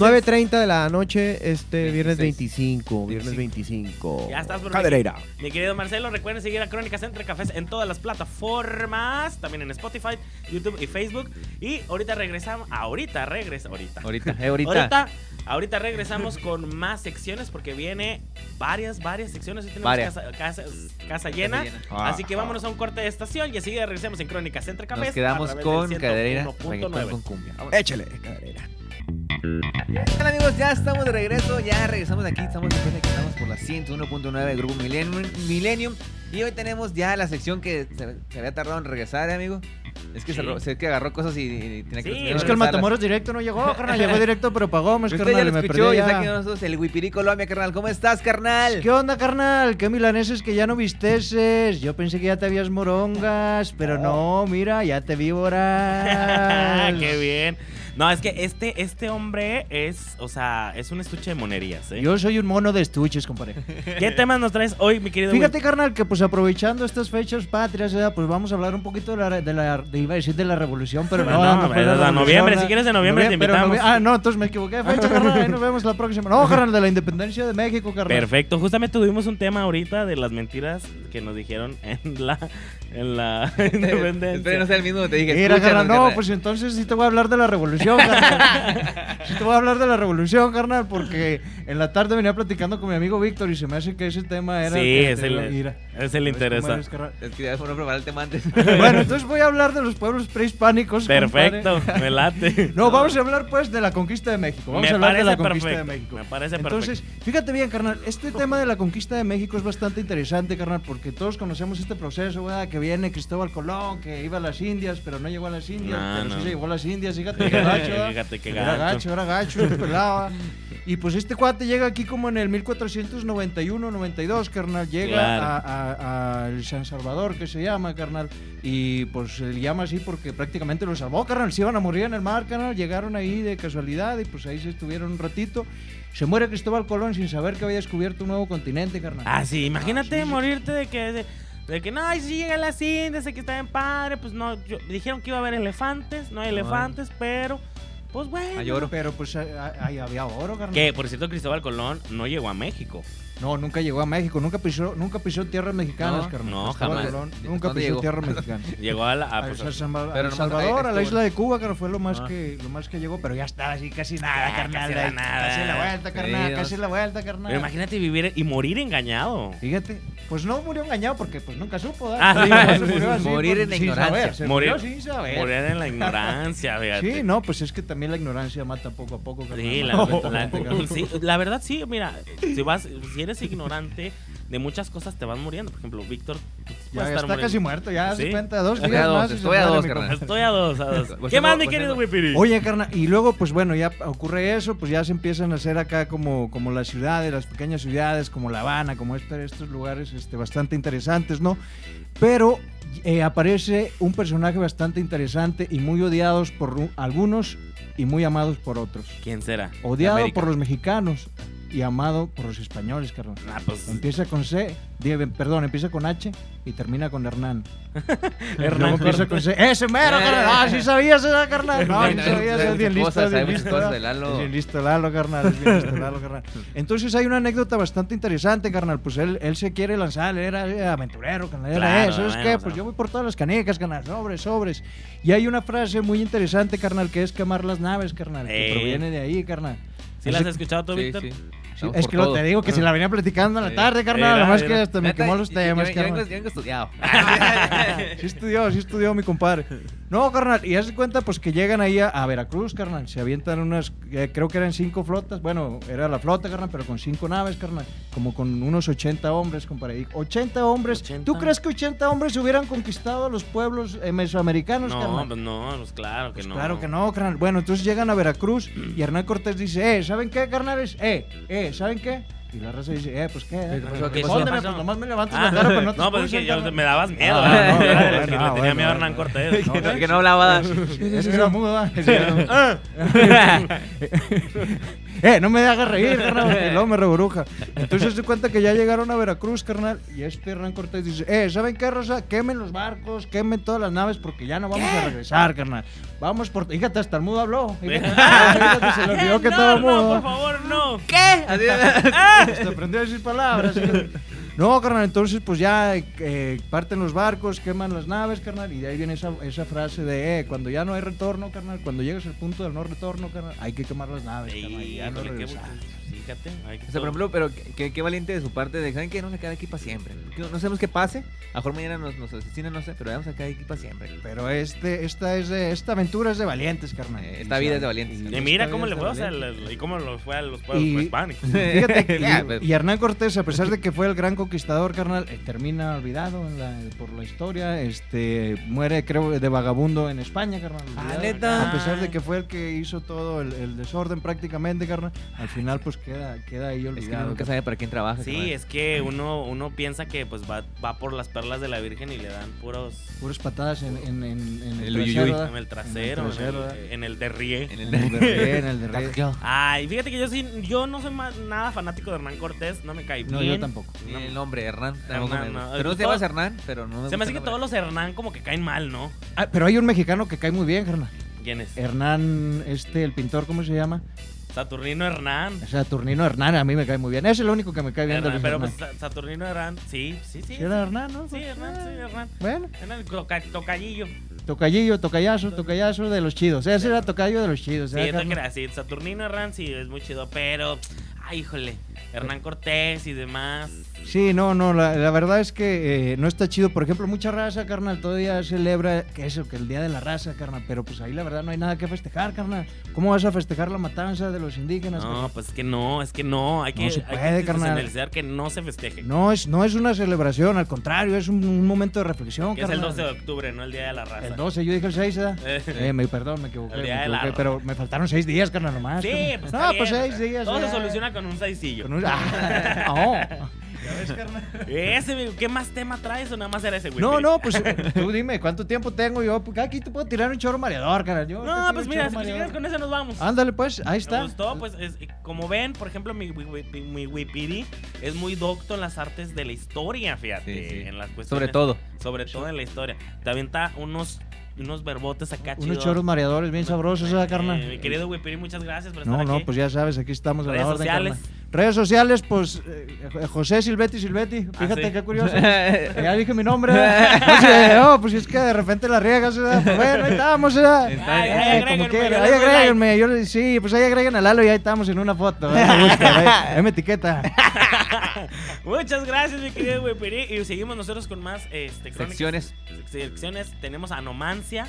Speaker 2: alipuses.
Speaker 6: 9.30 de la noche, este viernes
Speaker 3: 26.
Speaker 6: 25. Viernes 25.
Speaker 2: Ya estás, perfecto.
Speaker 7: Cadereira.
Speaker 2: Mi querido Marcelo, recuerden seguir a Crónicas Entre Cafés en todas las plataformas, también en Spotify, YouTube y Facebook. Y ahorita regresamos, ahorita regresa, ahorita.
Speaker 3: Ahorita, eh, ahorita.
Speaker 2: Ahorita, ahorita regresamos con más secciones porque viene varias, varias secciones. Hoy tenemos
Speaker 3: Varias.
Speaker 2: casa, casa- casa llena.
Speaker 3: Casa llena.
Speaker 7: Ah,
Speaker 2: Así que vámonos a un corte de estación y enseguida regresamos en Crónicas Entre Cafés.
Speaker 3: Nos
Speaker 2: a
Speaker 3: quedamos
Speaker 2: través
Speaker 3: con
Speaker 2: del
Speaker 3: Cadereira,
Speaker 2: 101.9.
Speaker 3: reggaetón con cumbia.
Speaker 7: Échale, Cadereira.
Speaker 3: ¿Qué tal, amigos? Ya estamos de regreso, ya regresamos aquí, estamos después de que estamos por la 101.9 del grupo Millennium, Millennium. Y hoy tenemos ya la sección que se, se había tardado en regresar, ¿eh, amigo. Es que, se,
Speaker 2: Sí.
Speaker 3: ro- se- que agarró cosas y, y
Speaker 2: Sí, es
Speaker 3: tenía que...
Speaker 4: Es que el
Speaker 3: regresarlas.
Speaker 4: Matamoros directo no llegó, carnal. Llegó directo, pero pagó, mis
Speaker 3: Usted
Speaker 4: carnal.
Speaker 3: ya lo
Speaker 4: me
Speaker 3: escuchó,
Speaker 4: perdí
Speaker 3: ya está
Speaker 4: ya.
Speaker 3: aquí con nosotros el Wipiri Colombia, carnal. ¿Cómo estás, carnal?
Speaker 4: ¿Qué onda, carnal? ¿Qué milaneses que ya no visteses? Yo pensé que ya te habías morongas, pero no, mira, ya te vi voraz.
Speaker 2: Ah, ¡Qué bien! No, es que este, este hombre es, o sea, es un estuche de monerías, ¿eh?
Speaker 4: Yo soy un mono de estuches, compadre.
Speaker 2: ¿Qué temas nos traes hoy, mi querido
Speaker 4: Fíjate, carnal, que pues aprovechando estas fechas patrias, ¿verdad? pues vamos a hablar un poquito de la, de la- de- iba a decir de la revolución, pero no.
Speaker 2: No, no,
Speaker 4: fue la
Speaker 2: de- de
Speaker 4: revolución,
Speaker 2: noviembre,
Speaker 4: ¿verdad?
Speaker 2: si quieres de noviembre te
Speaker 4: pero
Speaker 2: invitamos.
Speaker 4: novie- ah, no, entonces me equivoqué. de Fecha, carnal, ahí nos vemos la próxima. No, carnal, de la independencia de México, carnal.
Speaker 2: Perfecto, justamente tuvimos un tema ahorita de las mentiras que nos dijeron en la, en la
Speaker 3: Espero Este no
Speaker 2: independencia.
Speaker 3: sea el mismo que te dije.
Speaker 4: Mira,
Speaker 3: escúchanos,
Speaker 4: carnal, no,
Speaker 3: carnal.
Speaker 4: pues entonces sí te voy a hablar de la revolución, carnal. sí te voy a hablar de la revolución, carnal, porque en la tarde venía platicando con mi amigo Víctor y se me hace que ese tema era...
Speaker 2: Sí,
Speaker 4: que
Speaker 2: es
Speaker 4: te-
Speaker 2: el,
Speaker 4: mira,
Speaker 2: es el
Speaker 4: ¿ves cómo
Speaker 2: interesa.
Speaker 4: eres, carnal?
Speaker 3: Es que ya fueron a preparar el tema antes.
Speaker 4: Bueno, entonces voy a hablar de los pueblos prehispánicos.
Speaker 2: Perfecto,
Speaker 4: compadre.
Speaker 2: me late.
Speaker 4: No, vamos a hablar pues de la conquista de México. Vamos
Speaker 2: Me
Speaker 4: a hablar de la
Speaker 2: parece
Speaker 4: conquista
Speaker 2: perfecto,
Speaker 4: de México.
Speaker 2: me parece
Speaker 4: Entonces, fíjate bien, carnal, este tema de la conquista de México es bastante interesante, carnal, porque todos conocemos este proceso, ¿verdad? Que viene Cristóbal Colón, que iba a las Indias, pero no llegó a las Indias,
Speaker 2: No,
Speaker 4: pero
Speaker 2: no.
Speaker 4: sí se llegó a las Indias, fíjate, qué gacho, ¿verdad?
Speaker 2: Fíjate que
Speaker 4: Era
Speaker 2: gacho.
Speaker 4: gacho, era gacho, se pelaba. Y pues este cuate llega aquí como en el 1491-92, carnal. Llega
Speaker 2: Claro.
Speaker 4: a, a- a el San Salvador, que se llama, carnal. Y pues se le llama así porque prácticamente lo salvó, carnal. Se iban a morir en el mar, carnal. Llegaron ahí de casualidad y pues ahí se estuvieron un ratito. Se muere Cristóbal Colón sin saber que había descubierto un nuevo continente, carnal.
Speaker 2: Ah, sí, imagínate morirte de que... De, de que no, ay, si llega las indias, de que está bien padre, pues no, yo- dijeron que iba a haber elefantes, no hay elefantes, pero, pues bueno.
Speaker 3: Hay oro.
Speaker 4: Pero pues ah, ah, ahí había oro, carnal.
Speaker 2: Que, por cierto, Cristóbal Colón no llegó a México.
Speaker 4: No, nunca llegó a México, nunca pisó, nunca pisó tierras mexicanas,
Speaker 3: No,
Speaker 4: carnal.
Speaker 2: no,
Speaker 4: Cristóbal
Speaker 2: jamás.
Speaker 4: Colón
Speaker 3: ¿Dónde
Speaker 4: nunca pisó
Speaker 3: llegó?
Speaker 4: tierras mexicanas.
Speaker 2: Llegó a la... a,
Speaker 4: A
Speaker 2: pues,
Speaker 4: El Salva-
Speaker 3: pero
Speaker 4: El
Speaker 3: nomás
Speaker 4: Salvador,
Speaker 3: ahí
Speaker 4: a la
Speaker 3: estuvo.
Speaker 4: isla de Cuba, que fue lo más,
Speaker 2: Ah.
Speaker 4: que, lo más que llegó, pero ya está, así casi nada,
Speaker 2: Ah,
Speaker 4: carnal.
Speaker 2: casi Ah,
Speaker 4: ahí,
Speaker 2: nada.
Speaker 4: Casi la vuelta, carnal,
Speaker 3: Perdidos.
Speaker 4: casi la vuelta, carnal.
Speaker 2: pero imagínate vivir y morir engañado.
Speaker 4: Fíjate, pues no murió engañado porque pues nunca supo. ¿verdad?
Speaker 2: Ah, sí, sí,
Speaker 4: Pues, se murió
Speaker 3: sí,
Speaker 4: así,
Speaker 3: morir
Speaker 4: pues,
Speaker 3: en la
Speaker 4: sin
Speaker 3: ignorancia.
Speaker 4: saber, se
Speaker 2: Morir-
Speaker 4: murió sin saber.
Speaker 2: Morir en la ignorancia, fíjate.
Speaker 4: Sí, no, pues es que también la ignorancia mata poco a poco. carnal.
Speaker 2: Sí, la, la- sí, la verdad sí, mira, si vas, si eres ignorante de muchas cosas te vas muriendo. Por ejemplo, Víctor tú te
Speaker 4: Ya
Speaker 2: puedes
Speaker 4: está
Speaker 2: estar muriendo.
Speaker 4: casi muerto, ya
Speaker 2: Sí.
Speaker 4: se cuenta, dos
Speaker 3: Estoy
Speaker 4: días
Speaker 3: a dos,
Speaker 4: más y se
Speaker 3: estoy a
Speaker 4: muere
Speaker 3: dos,
Speaker 4: mi
Speaker 3: carnal.
Speaker 2: Estoy a dos, a dos.
Speaker 3: Pues
Speaker 2: ¿Qué
Speaker 3: tengo-
Speaker 2: más, mi
Speaker 3: pues
Speaker 2: querido
Speaker 3: tengo-
Speaker 2: Wipiri?
Speaker 4: Oye, carnal, y luego, pues bueno, ya ocurre eso, pues ya se empiezan a hacer acá como, como las ciudades, las pequeñas ciudades, como La Habana, como este- estos lugares este, bastante interesantes, ¿no? Pero eh, aparece un personaje bastante interesante y muy odiados por u- algunos y muy amados por otros.
Speaker 2: ¿Quién será?
Speaker 4: Odiado
Speaker 3: América.
Speaker 4: por los mexicanos y amado por los españoles, carnal.
Speaker 2: Ah, pues
Speaker 4: Empieza con C, di- perdón, empieza con H y termina con Hernán.
Speaker 2: Hernán
Speaker 4: Luego empieza con C. ¡Ese mero,
Speaker 3: Eh.
Speaker 4: carnal! ¡Ah, sí sabías esa, carnal! No,
Speaker 3: Hay
Speaker 4: sí
Speaker 3: muchas-
Speaker 4: sabías,
Speaker 3: hay
Speaker 4: es bien
Speaker 3: muchas
Speaker 4: listo,
Speaker 3: cosas,
Speaker 4: es bien
Speaker 3: hay muchas
Speaker 4: listo.
Speaker 3: cosas
Speaker 4: ¿verdad?
Speaker 3: de Lalo.
Speaker 4: Es bien listo Lalo, carnal, es bien listo Lalo, carnal. Entonces hay una anécdota bastante interesante, carnal. Pues él, él se quiere lanzar, él era eh, aventurero, carnal. Era,
Speaker 2: Claro,
Speaker 4: eh, ¿sabes
Speaker 2: bueno,
Speaker 4: qué?
Speaker 2: pues,
Speaker 4: Pues
Speaker 2: no.
Speaker 4: yo voy por todas las canecas, carnal. Sobres, sobres. Y hay una frase muy interesante, carnal, que es quemar las naves, carnal.
Speaker 2: Eh.
Speaker 4: Que proviene de ahí, carnal.
Speaker 2: ¿Sí la has escuchado tú,
Speaker 3: Sí,
Speaker 2: Víctor?
Speaker 3: sí.
Speaker 4: Sí,
Speaker 3: Vamos
Speaker 4: es
Speaker 3: por
Speaker 4: que lo
Speaker 3: todo.
Speaker 4: te digo que se la venía platicando en la
Speaker 3: Sí.
Speaker 4: tarde, carnal.
Speaker 2: Era,
Speaker 4: Nada más que
Speaker 2: era.
Speaker 4: hasta me
Speaker 3: Neta,
Speaker 4: quemó los
Speaker 3: yo- yo-
Speaker 4: temas,
Speaker 3: yo vengo-
Speaker 4: carnal.
Speaker 3: yo vengo estudiado.
Speaker 4: Sí estudió, sí estudió mi compadre. No, carnal, y hace cuenta pues que llegan ahí a, a Veracruz, carnal. Se avientan unas, eh, creo que eran cinco flotas. Bueno, era la flota, carnal, pero con cinco naves, carnal. Como con unos 80 hombres, compadre. Y 80 hombres.
Speaker 2: 80.
Speaker 4: ¿Tú crees que 80 hombres hubieran conquistado los pueblos eh, mesoamericanos,
Speaker 2: No,
Speaker 4: carnal?
Speaker 2: pues no, pues claro que
Speaker 4: Pues
Speaker 2: no. Mm.
Speaker 4: Claro que no, carnal. Bueno, entonces llegan a Veracruz y Hernán Cortés dice, eh, ¿saben qué, carnales? Eh, eh, ¿saben qué? Y la raza dice, eh, pues qué. eh,
Speaker 3: ¿Qué pasó? ¿Qué pasó?
Speaker 4: Respóndeme,
Speaker 2: pasó?
Speaker 4: pues nomás me levantas
Speaker 2: Ah,
Speaker 4: la cara, pero no
Speaker 2: no,
Speaker 4: te
Speaker 2: pues es que
Speaker 4: expulsan,
Speaker 2: yo
Speaker 4: carnal".
Speaker 2: me dabas miedo.
Speaker 4: Ah,
Speaker 2: ¿verdad?
Speaker 4: no,
Speaker 2: Es
Speaker 4: no,
Speaker 2: que le
Speaker 4: no, no,
Speaker 2: tenía
Speaker 4: bueno,
Speaker 2: miedo a Hernán
Speaker 4: bueno.
Speaker 2: Cortés.
Speaker 3: Que
Speaker 4: ¿eh?
Speaker 3: no- Que no hablaba.
Speaker 4: Ese era mudo, ¿verdad?
Speaker 2: Ah.
Speaker 4: Ah. eh, no me hagas reír, carnal, porque luego me reboruja. Entonces se cuenta que ya llegaron a Veracruz, carnal, y este Hernán Cortés dice, eh, ¿saben qué, Rosa? Quemen los barcos, quemen todas las naves, porque ya no vamos a regresar, carnal. Vamos por... Fíjate, hasta el mudo habló. Fíjate, se le olvidó que
Speaker 2: no,
Speaker 4: estaba mudo.
Speaker 2: no, por favor, no.
Speaker 4: Hasta aprendió a decir palabras. No, carnal, entonces pues ya eh, parten los barcos, queman las naves, carnal, y de ahí viene esa, esa frase de eh, cuando ya no hay retorno, carnal, cuando llegas al punto del no retorno, carnal, hay que quemar las naves, carnal, y ya no
Speaker 2: Híjole, qué
Speaker 4: regresar.
Speaker 2: bu- Fíjate. hay que
Speaker 3: O sea, por ejemplo, pero qué, qué valiente de su parte de, ¿saben qué? Vamos a quedar aquí para siempre. Que No sabemos qué pase. A lo mejor mañana nos, nos asesinan, no sé, pero vamos a quedar aquí para siempre.
Speaker 4: Pero este, esta, es de- esta aventura es de valientes, carnal.
Speaker 3: Eh, esta vida es de valientes.
Speaker 2: Y mira cómo le fue, o sea, le- y cómo los fue a los pues, pueblos
Speaker 4: Y-
Speaker 2: hispánicos.
Speaker 4: Fíjate, que-
Speaker 3: Ya,
Speaker 2: pues.
Speaker 3: pero-
Speaker 4: y Hernán Cortés, a pesar de que fue el gran conquistador, carnal, eh, termina olvidado en la- por la historia. Este, muere, creo, de vagabundo en España, carnal.
Speaker 3: Ah,
Speaker 4: olvidado.
Speaker 2: ¿neta?
Speaker 4: A pesar de que fue el que hizo todo el, el desorden prácticamente, carnal, al final pues queda, queda ahí
Speaker 3: Es que uno
Speaker 4: olvidado.
Speaker 3: nunca sabe para quién trabaja.
Speaker 2: Sí,
Speaker 3: carnal.
Speaker 2: es que uno, uno piensa que pues va, va por las perlas de la Virgen y le dan puros
Speaker 4: Puras patadas en, en- en- en
Speaker 3: El
Speaker 4: el,
Speaker 3: uyuyuy.
Speaker 4: trasero, ¿verdad?
Speaker 2: en el trasero, en
Speaker 4: trasero,
Speaker 2: el,
Speaker 4: ¿verdad?
Speaker 2: en el derrié.
Speaker 3: En
Speaker 4: En
Speaker 3: el
Speaker 4: el derrié, en el derrié.
Speaker 2: Ay, fíjate que yo sí, yo no soy más, nada fanático de Hernán Cortés, no me cae
Speaker 4: No,
Speaker 2: bien.
Speaker 4: yo tampoco.
Speaker 2: No,
Speaker 3: el nombre, Hernán. tampoco
Speaker 2: Hernán,
Speaker 3: me gusta.
Speaker 2: no.
Speaker 3: Pero no te
Speaker 2: Todo-
Speaker 3: llamas Hernán, pero no me
Speaker 2: Se me hace
Speaker 3: gusta el
Speaker 2: que
Speaker 3: nombre.
Speaker 2: todos los Hernán como que caen mal, ¿no?
Speaker 4: Ah, pero hay un mexicano que cae muy bien, carnal.
Speaker 2: ¿Quién es?
Speaker 4: Hernán, este, el pintor, ¿cómo se llama?
Speaker 2: Saturnino Hernán.
Speaker 4: Saturnino Hernán, a mí me cae muy bien. Es el único que me cae bien. de
Speaker 2: Hernán,
Speaker 4: los
Speaker 2: pero
Speaker 4: Hernán.
Speaker 2: pues Sa- Saturnino Hernán, sí, sí, sí.
Speaker 4: Sí, Era Hernán, ¿no? Ah.
Speaker 2: Sí, Hernán, sí, Hernán.
Speaker 4: Bueno,
Speaker 2: Era el toca- tocallillo.
Speaker 4: tocallillo, tocayazo, tocayazo de los chidos. Ese era tocayo de los chidos. ¿eh,
Speaker 2: Sí,
Speaker 4: era
Speaker 2: es lo que
Speaker 4: Hernán.
Speaker 2: era, sí, Saturnino Hernán sí es muy chido, pero, ay, híjole, Hernán Cortés y demás.
Speaker 4: Sí, no, no, la, la verdad es que eh, no está chido. Por ejemplo, mucha raza, carnal, todavía celebra que eso, que el Día de la Raza, carnal. Pero pues ahí la verdad no hay nada que festejar, carnal. ¿Cómo vas a festejar la matanza de los indígenas?
Speaker 2: No,
Speaker 4: carnal?
Speaker 2: pues es que no, es que no, hay que,
Speaker 4: No se
Speaker 2: hay
Speaker 4: puede,
Speaker 2: que
Speaker 4: carnal.
Speaker 2: sensibilizar que no se festeje.
Speaker 4: No es, no es una celebración, al contrario, es un, un momento de reflexión,
Speaker 2: que es el
Speaker 4: carnal.
Speaker 2: 12 de octubre, no el Día de la Raza.
Speaker 4: El 12, yo dije el 6, ¿verdad?
Speaker 2: Eh.
Speaker 4: Eh, me, perdón, me equivoqué.
Speaker 2: El día
Speaker 4: me
Speaker 2: de la
Speaker 4: equivoqué, pero me faltaron 6 días, carnal, nomás.
Speaker 2: Sí,
Speaker 4: carnal.
Speaker 2: pues
Speaker 4: No,
Speaker 2: está bien,
Speaker 4: pues
Speaker 2: o sea,
Speaker 4: 6 días.
Speaker 2: Todo se
Speaker 4: ya.
Speaker 2: soluciona con un saisillo.
Speaker 4: Con un- Ah, oh.
Speaker 2: Ese, güey, ¿qué más tema traes o nada más era ese, güey?
Speaker 4: No, no, pues tú dime cuánto tiempo tengo yo. Porque aquí te puedo tirar un chorro mareador, carnal. Yo te
Speaker 2: No,
Speaker 4: tiro
Speaker 2: pues
Speaker 4: un
Speaker 2: mira, si
Speaker 4: chorro
Speaker 2: si
Speaker 4: mareador.
Speaker 2: quieres con ese nos vamos.
Speaker 4: Ándale, pues, ahí está.
Speaker 2: Me gustó, pues, es- como ven, por ejemplo, mi, wi- wi- mi Wipiri es muy docto en las artes de la historia, fíjate.
Speaker 3: Sí, sí.
Speaker 2: En las cuestiones,
Speaker 3: Sobre todo.
Speaker 2: Sobre todo en la historia. Te avienta unos, unos verbotes acá
Speaker 4: Unos
Speaker 2: chidos.
Speaker 4: chorros mareadores bien sabrosos, ¿verdad, carnal?
Speaker 2: Eh, mi querido Wipiri, muchas gracias por estar
Speaker 4: No, no,
Speaker 2: aquí.
Speaker 4: pues ya sabes, aquí estamos a
Speaker 2: Redes
Speaker 4: la orden.
Speaker 2: sociales.
Speaker 4: carnal. Redes sociales, pues eh, José Silvetti Silvetti. Fíjate
Speaker 2: Ah, sí.
Speaker 4: qué curioso. ya dije mi nombre. ¿verdad? Pues, eh, oh, pues es que de repente la riegas. ¿verdad? Pues bueno, ahí estamos. ¿verdad?
Speaker 2: Está bien.
Speaker 4: Eh,
Speaker 2: Ahí
Speaker 4: como
Speaker 2: agréguenme,
Speaker 4: quiera,
Speaker 2: yo
Speaker 4: ahí
Speaker 2: le doy
Speaker 4: agréguenme. Yo le- sí, pues ahí agreguen a Lalo y ahí estamos en una foto. ¿verdad? Me gusta, ahí- ahí me etiqueta.
Speaker 2: Muchas gracias, mi querido Wipiri. Y seguimos nosotros con más este, crónicas-
Speaker 3: Secciones.
Speaker 2: Secciones. Tenemos anomancia.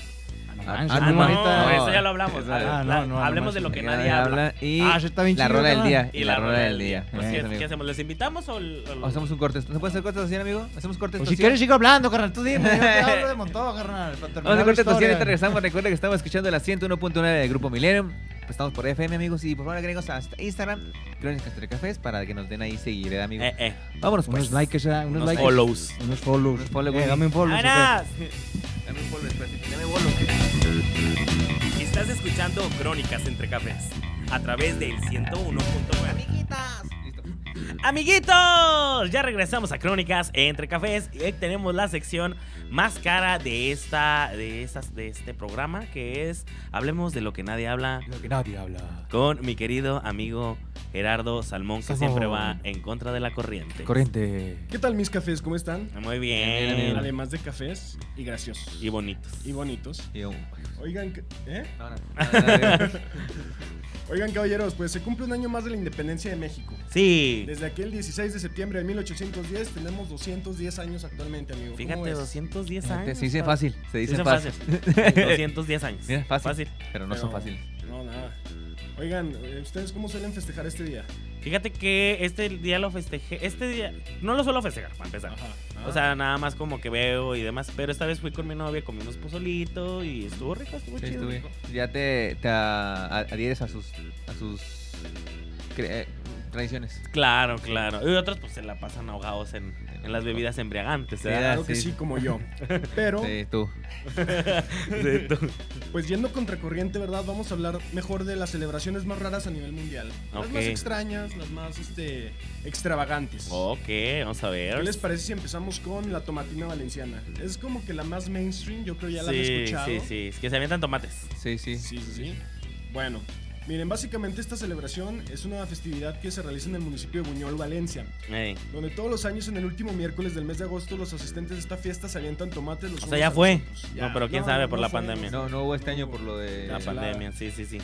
Speaker 3: Ah,
Speaker 2: Ah,
Speaker 3: no,
Speaker 2: no,
Speaker 3: ahorita-
Speaker 2: no, eso ya lo hablamos.
Speaker 3: Eso-
Speaker 2: Hable-
Speaker 4: ah, no, no,
Speaker 2: hablemos de lo que
Speaker 3: Que
Speaker 2: nadie habla.
Speaker 3: Y
Speaker 4: Ah, eso está bien
Speaker 3: la
Speaker 4: chido,
Speaker 3: rola del
Speaker 4: carnal.
Speaker 3: día. Y la rola del día.
Speaker 2: Pues,
Speaker 3: Eh,
Speaker 2: ¿qué,
Speaker 3: amigo.
Speaker 2: qué hacemos? ¿Les invitamos o.? el- el-
Speaker 3: O hacemos un corte. ¿No se puede hacer cortes así, amigo? ¿Hacemos cortes
Speaker 4: Pues si
Speaker 3: así?
Speaker 4: quieres sigo hablando, carnal. Tú dime. Yo te hablo de montón, carnal. para terminar
Speaker 3: Vamos a
Speaker 4: la
Speaker 3: corte tosiendo y
Speaker 4: historia.
Speaker 3: te regresamos. Recuerda que estamos escuchando la 101.9 del Grupo Millennium. Pues estamos por FM, amigos. Y por favor, agregos a Instagram, Crónicas Cafés, para que nos den ahí seguir, ¿eh, amigos.
Speaker 2: Eh, eh.
Speaker 3: Vámonos, pues.
Speaker 4: Unos likes, ¿verdad? unos,
Speaker 2: Unos
Speaker 4: likes.
Speaker 2: follows.
Speaker 4: Unos follows.
Speaker 3: Unos follows,
Speaker 4: Eh,
Speaker 3: güey.
Speaker 4: dame un follow.
Speaker 2: ¡Buenas!
Speaker 3: Dame un follow, espérate, dame bolo.
Speaker 2: Estás escuchando Crónicas entre Cafés a través del 101.9.
Speaker 3: Amiguitas. Listo.
Speaker 2: Amiguitos, ya regresamos a Crónicas entre Cafés y hoy tenemos la sección más cara de esta de estas de este programa que es Hablemos de lo que nadie habla
Speaker 4: Lo que nadie habla.
Speaker 2: con mi querido amigo Gerardo Salmón que siempre va en contra de la corriente.
Speaker 3: Corriente.
Speaker 8: ¿Qué tal mis cafés? ¿Cómo están? Eh,
Speaker 2: Muy
Speaker 3: Bien, bien,
Speaker 2: bien.
Speaker 3: bien.
Speaker 8: Además de cafés y graciosos.
Speaker 2: Y bonitos.
Speaker 8: Y bonitos.
Speaker 3: Y yo- pues,
Speaker 8: Oigan, que- ¿eh?
Speaker 3: No, no, no, no, no.
Speaker 8: Oigan, caballeros, pues se cumple un año más de la independencia de México.
Speaker 2: Sí.
Speaker 8: Desde aquel 16 de septiembre de 1810 tenemos 210 años actualmente, amigo. ¿Cómo
Speaker 2: Fíjate,
Speaker 8: ves?
Speaker 2: 210 años.
Speaker 3: Se dice
Speaker 2: cabrón.
Speaker 3: fácil. Se
Speaker 2: Sí,
Speaker 3: dice
Speaker 2: son
Speaker 3: fácil.
Speaker 2: fáciles. 210 años.
Speaker 3: Mira, fácil.
Speaker 2: fácil.
Speaker 3: Pero no son
Speaker 8: Pero-
Speaker 3: fáciles.
Speaker 8: No, nada. Oigan, eh, ¿ustedes cómo suelen festejar este día?
Speaker 2: Fíjate que este día lo festejé. Este día no lo suelo festejar, para empezar.
Speaker 8: Ah,
Speaker 2: O sea, nada más como que veo y demás. Pero esta vez fui con mi novia, comimos pozolito y estuvo rico, estuvo
Speaker 3: Sí,
Speaker 2: chido.
Speaker 3: estuve.
Speaker 2: rico.
Speaker 3: Ya te, te a- a- adhieres a sus, a sus cre- eh, tradiciones.
Speaker 2: Claro, claro. Y otros pues se la pasan ahogados en, en las bebidas embriagantes.
Speaker 3: Sí,
Speaker 2: ¿verdad?
Speaker 8: Claro que
Speaker 3: sí.
Speaker 8: sí, como yo. Pero,
Speaker 3: Sí, tú.
Speaker 2: Sí, tú.
Speaker 8: pues yendo contracorriente, ¿verdad? Vamos a hablar mejor de las celebraciones más raras a nivel mundial. Las más
Speaker 2: Ok. Oh.
Speaker 8: extrañas, las más este, extravagantes.
Speaker 2: Ok, vamos a ver.
Speaker 8: ¿Qué les parece si empezamos con la tomatina valenciana? Es como que la más mainstream, yo creo ya la han
Speaker 2: sí,
Speaker 8: escuchado.
Speaker 2: sí, sí. Es que se avientan tomates.
Speaker 3: Sí, sí.
Speaker 8: Sí, sí, sí. Bueno, miren, básicamente esta celebración es una festividad que se realiza en el municipio de Buñol, Valencia,
Speaker 2: Ey.
Speaker 8: donde todos los años en el último miércoles del mes de agosto los asistentes de esta fiesta se avientan tomates los
Speaker 2: O sea,
Speaker 8: unos
Speaker 2: ya
Speaker 8: a los
Speaker 2: fue.
Speaker 8: otros.
Speaker 2: No, pero quién sabe por la
Speaker 8: fue,
Speaker 2: pandemia.
Speaker 8: fue.
Speaker 3: No, no hubo este año por lo de.
Speaker 2: La
Speaker 8: Eh,
Speaker 2: pandemia, sí, sí, sí.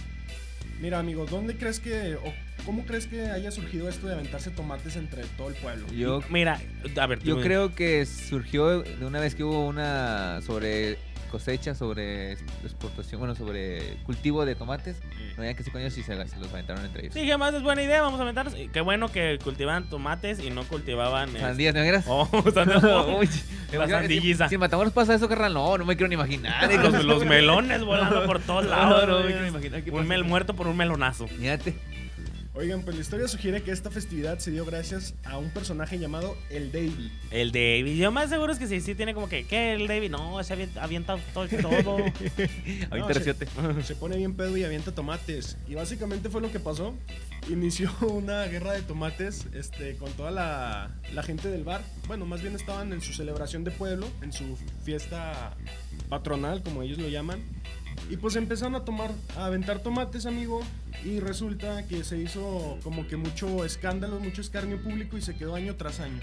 Speaker 8: Mira, amigo, ¿dónde crees que o cómo crees que haya surgido esto de aventarse tomates entre todo el pueblo?
Speaker 3: Yo,
Speaker 2: Mira, a ver,
Speaker 3: yo
Speaker 2: tú-
Speaker 3: creo que surgió de una vez que hubo una sobre cosecha, sobre exportación, bueno, sobre cultivo de tomates. No había que se coño si se, se los aventaron entre ellos.
Speaker 2: Mm. Sí, jamás es buena idea, vamos a aventarnos. Y Qué bueno que cultivaban tomates y no cultivaban... este-
Speaker 3: Sandías negras.
Speaker 2: Oh, sandías.
Speaker 3: Uy,
Speaker 2: La sandilliza.
Speaker 3: Si, si en Matamoros pasa eso, carnal, no, no me quiero ni imaginar.
Speaker 2: los, los melones volando por todos lados.
Speaker 3: No, no, no me
Speaker 2: güey.
Speaker 3: quiero imaginar qué
Speaker 2: un
Speaker 3: pasa.
Speaker 2: mel muerto por un melonazo.
Speaker 3: Fíjate.
Speaker 8: Oigan, pues la historia sugiere que esta festividad se dio gracias a un personaje llamado el Davy.
Speaker 2: El David, yo más seguro es que sí, sí tiene como que, ¿qué? El David, no, se avienta, avienta to- todo.
Speaker 3: Ahorita
Speaker 8: sí.
Speaker 3: reciote.
Speaker 8: Se pone bien pedo y avienta tomates. Y básicamente fue lo que pasó. Inició una guerra de tomates este, con toda la, la gente del bar. Bueno, más bien estaban en su celebración de pueblo, en su fiesta patronal, como ellos lo llaman. Y pues empezaron a tomar, a aventar tomates, amigo. Y resulta que se hizo como que mucho escándalo, mucho escarnio público y se quedó año tras año.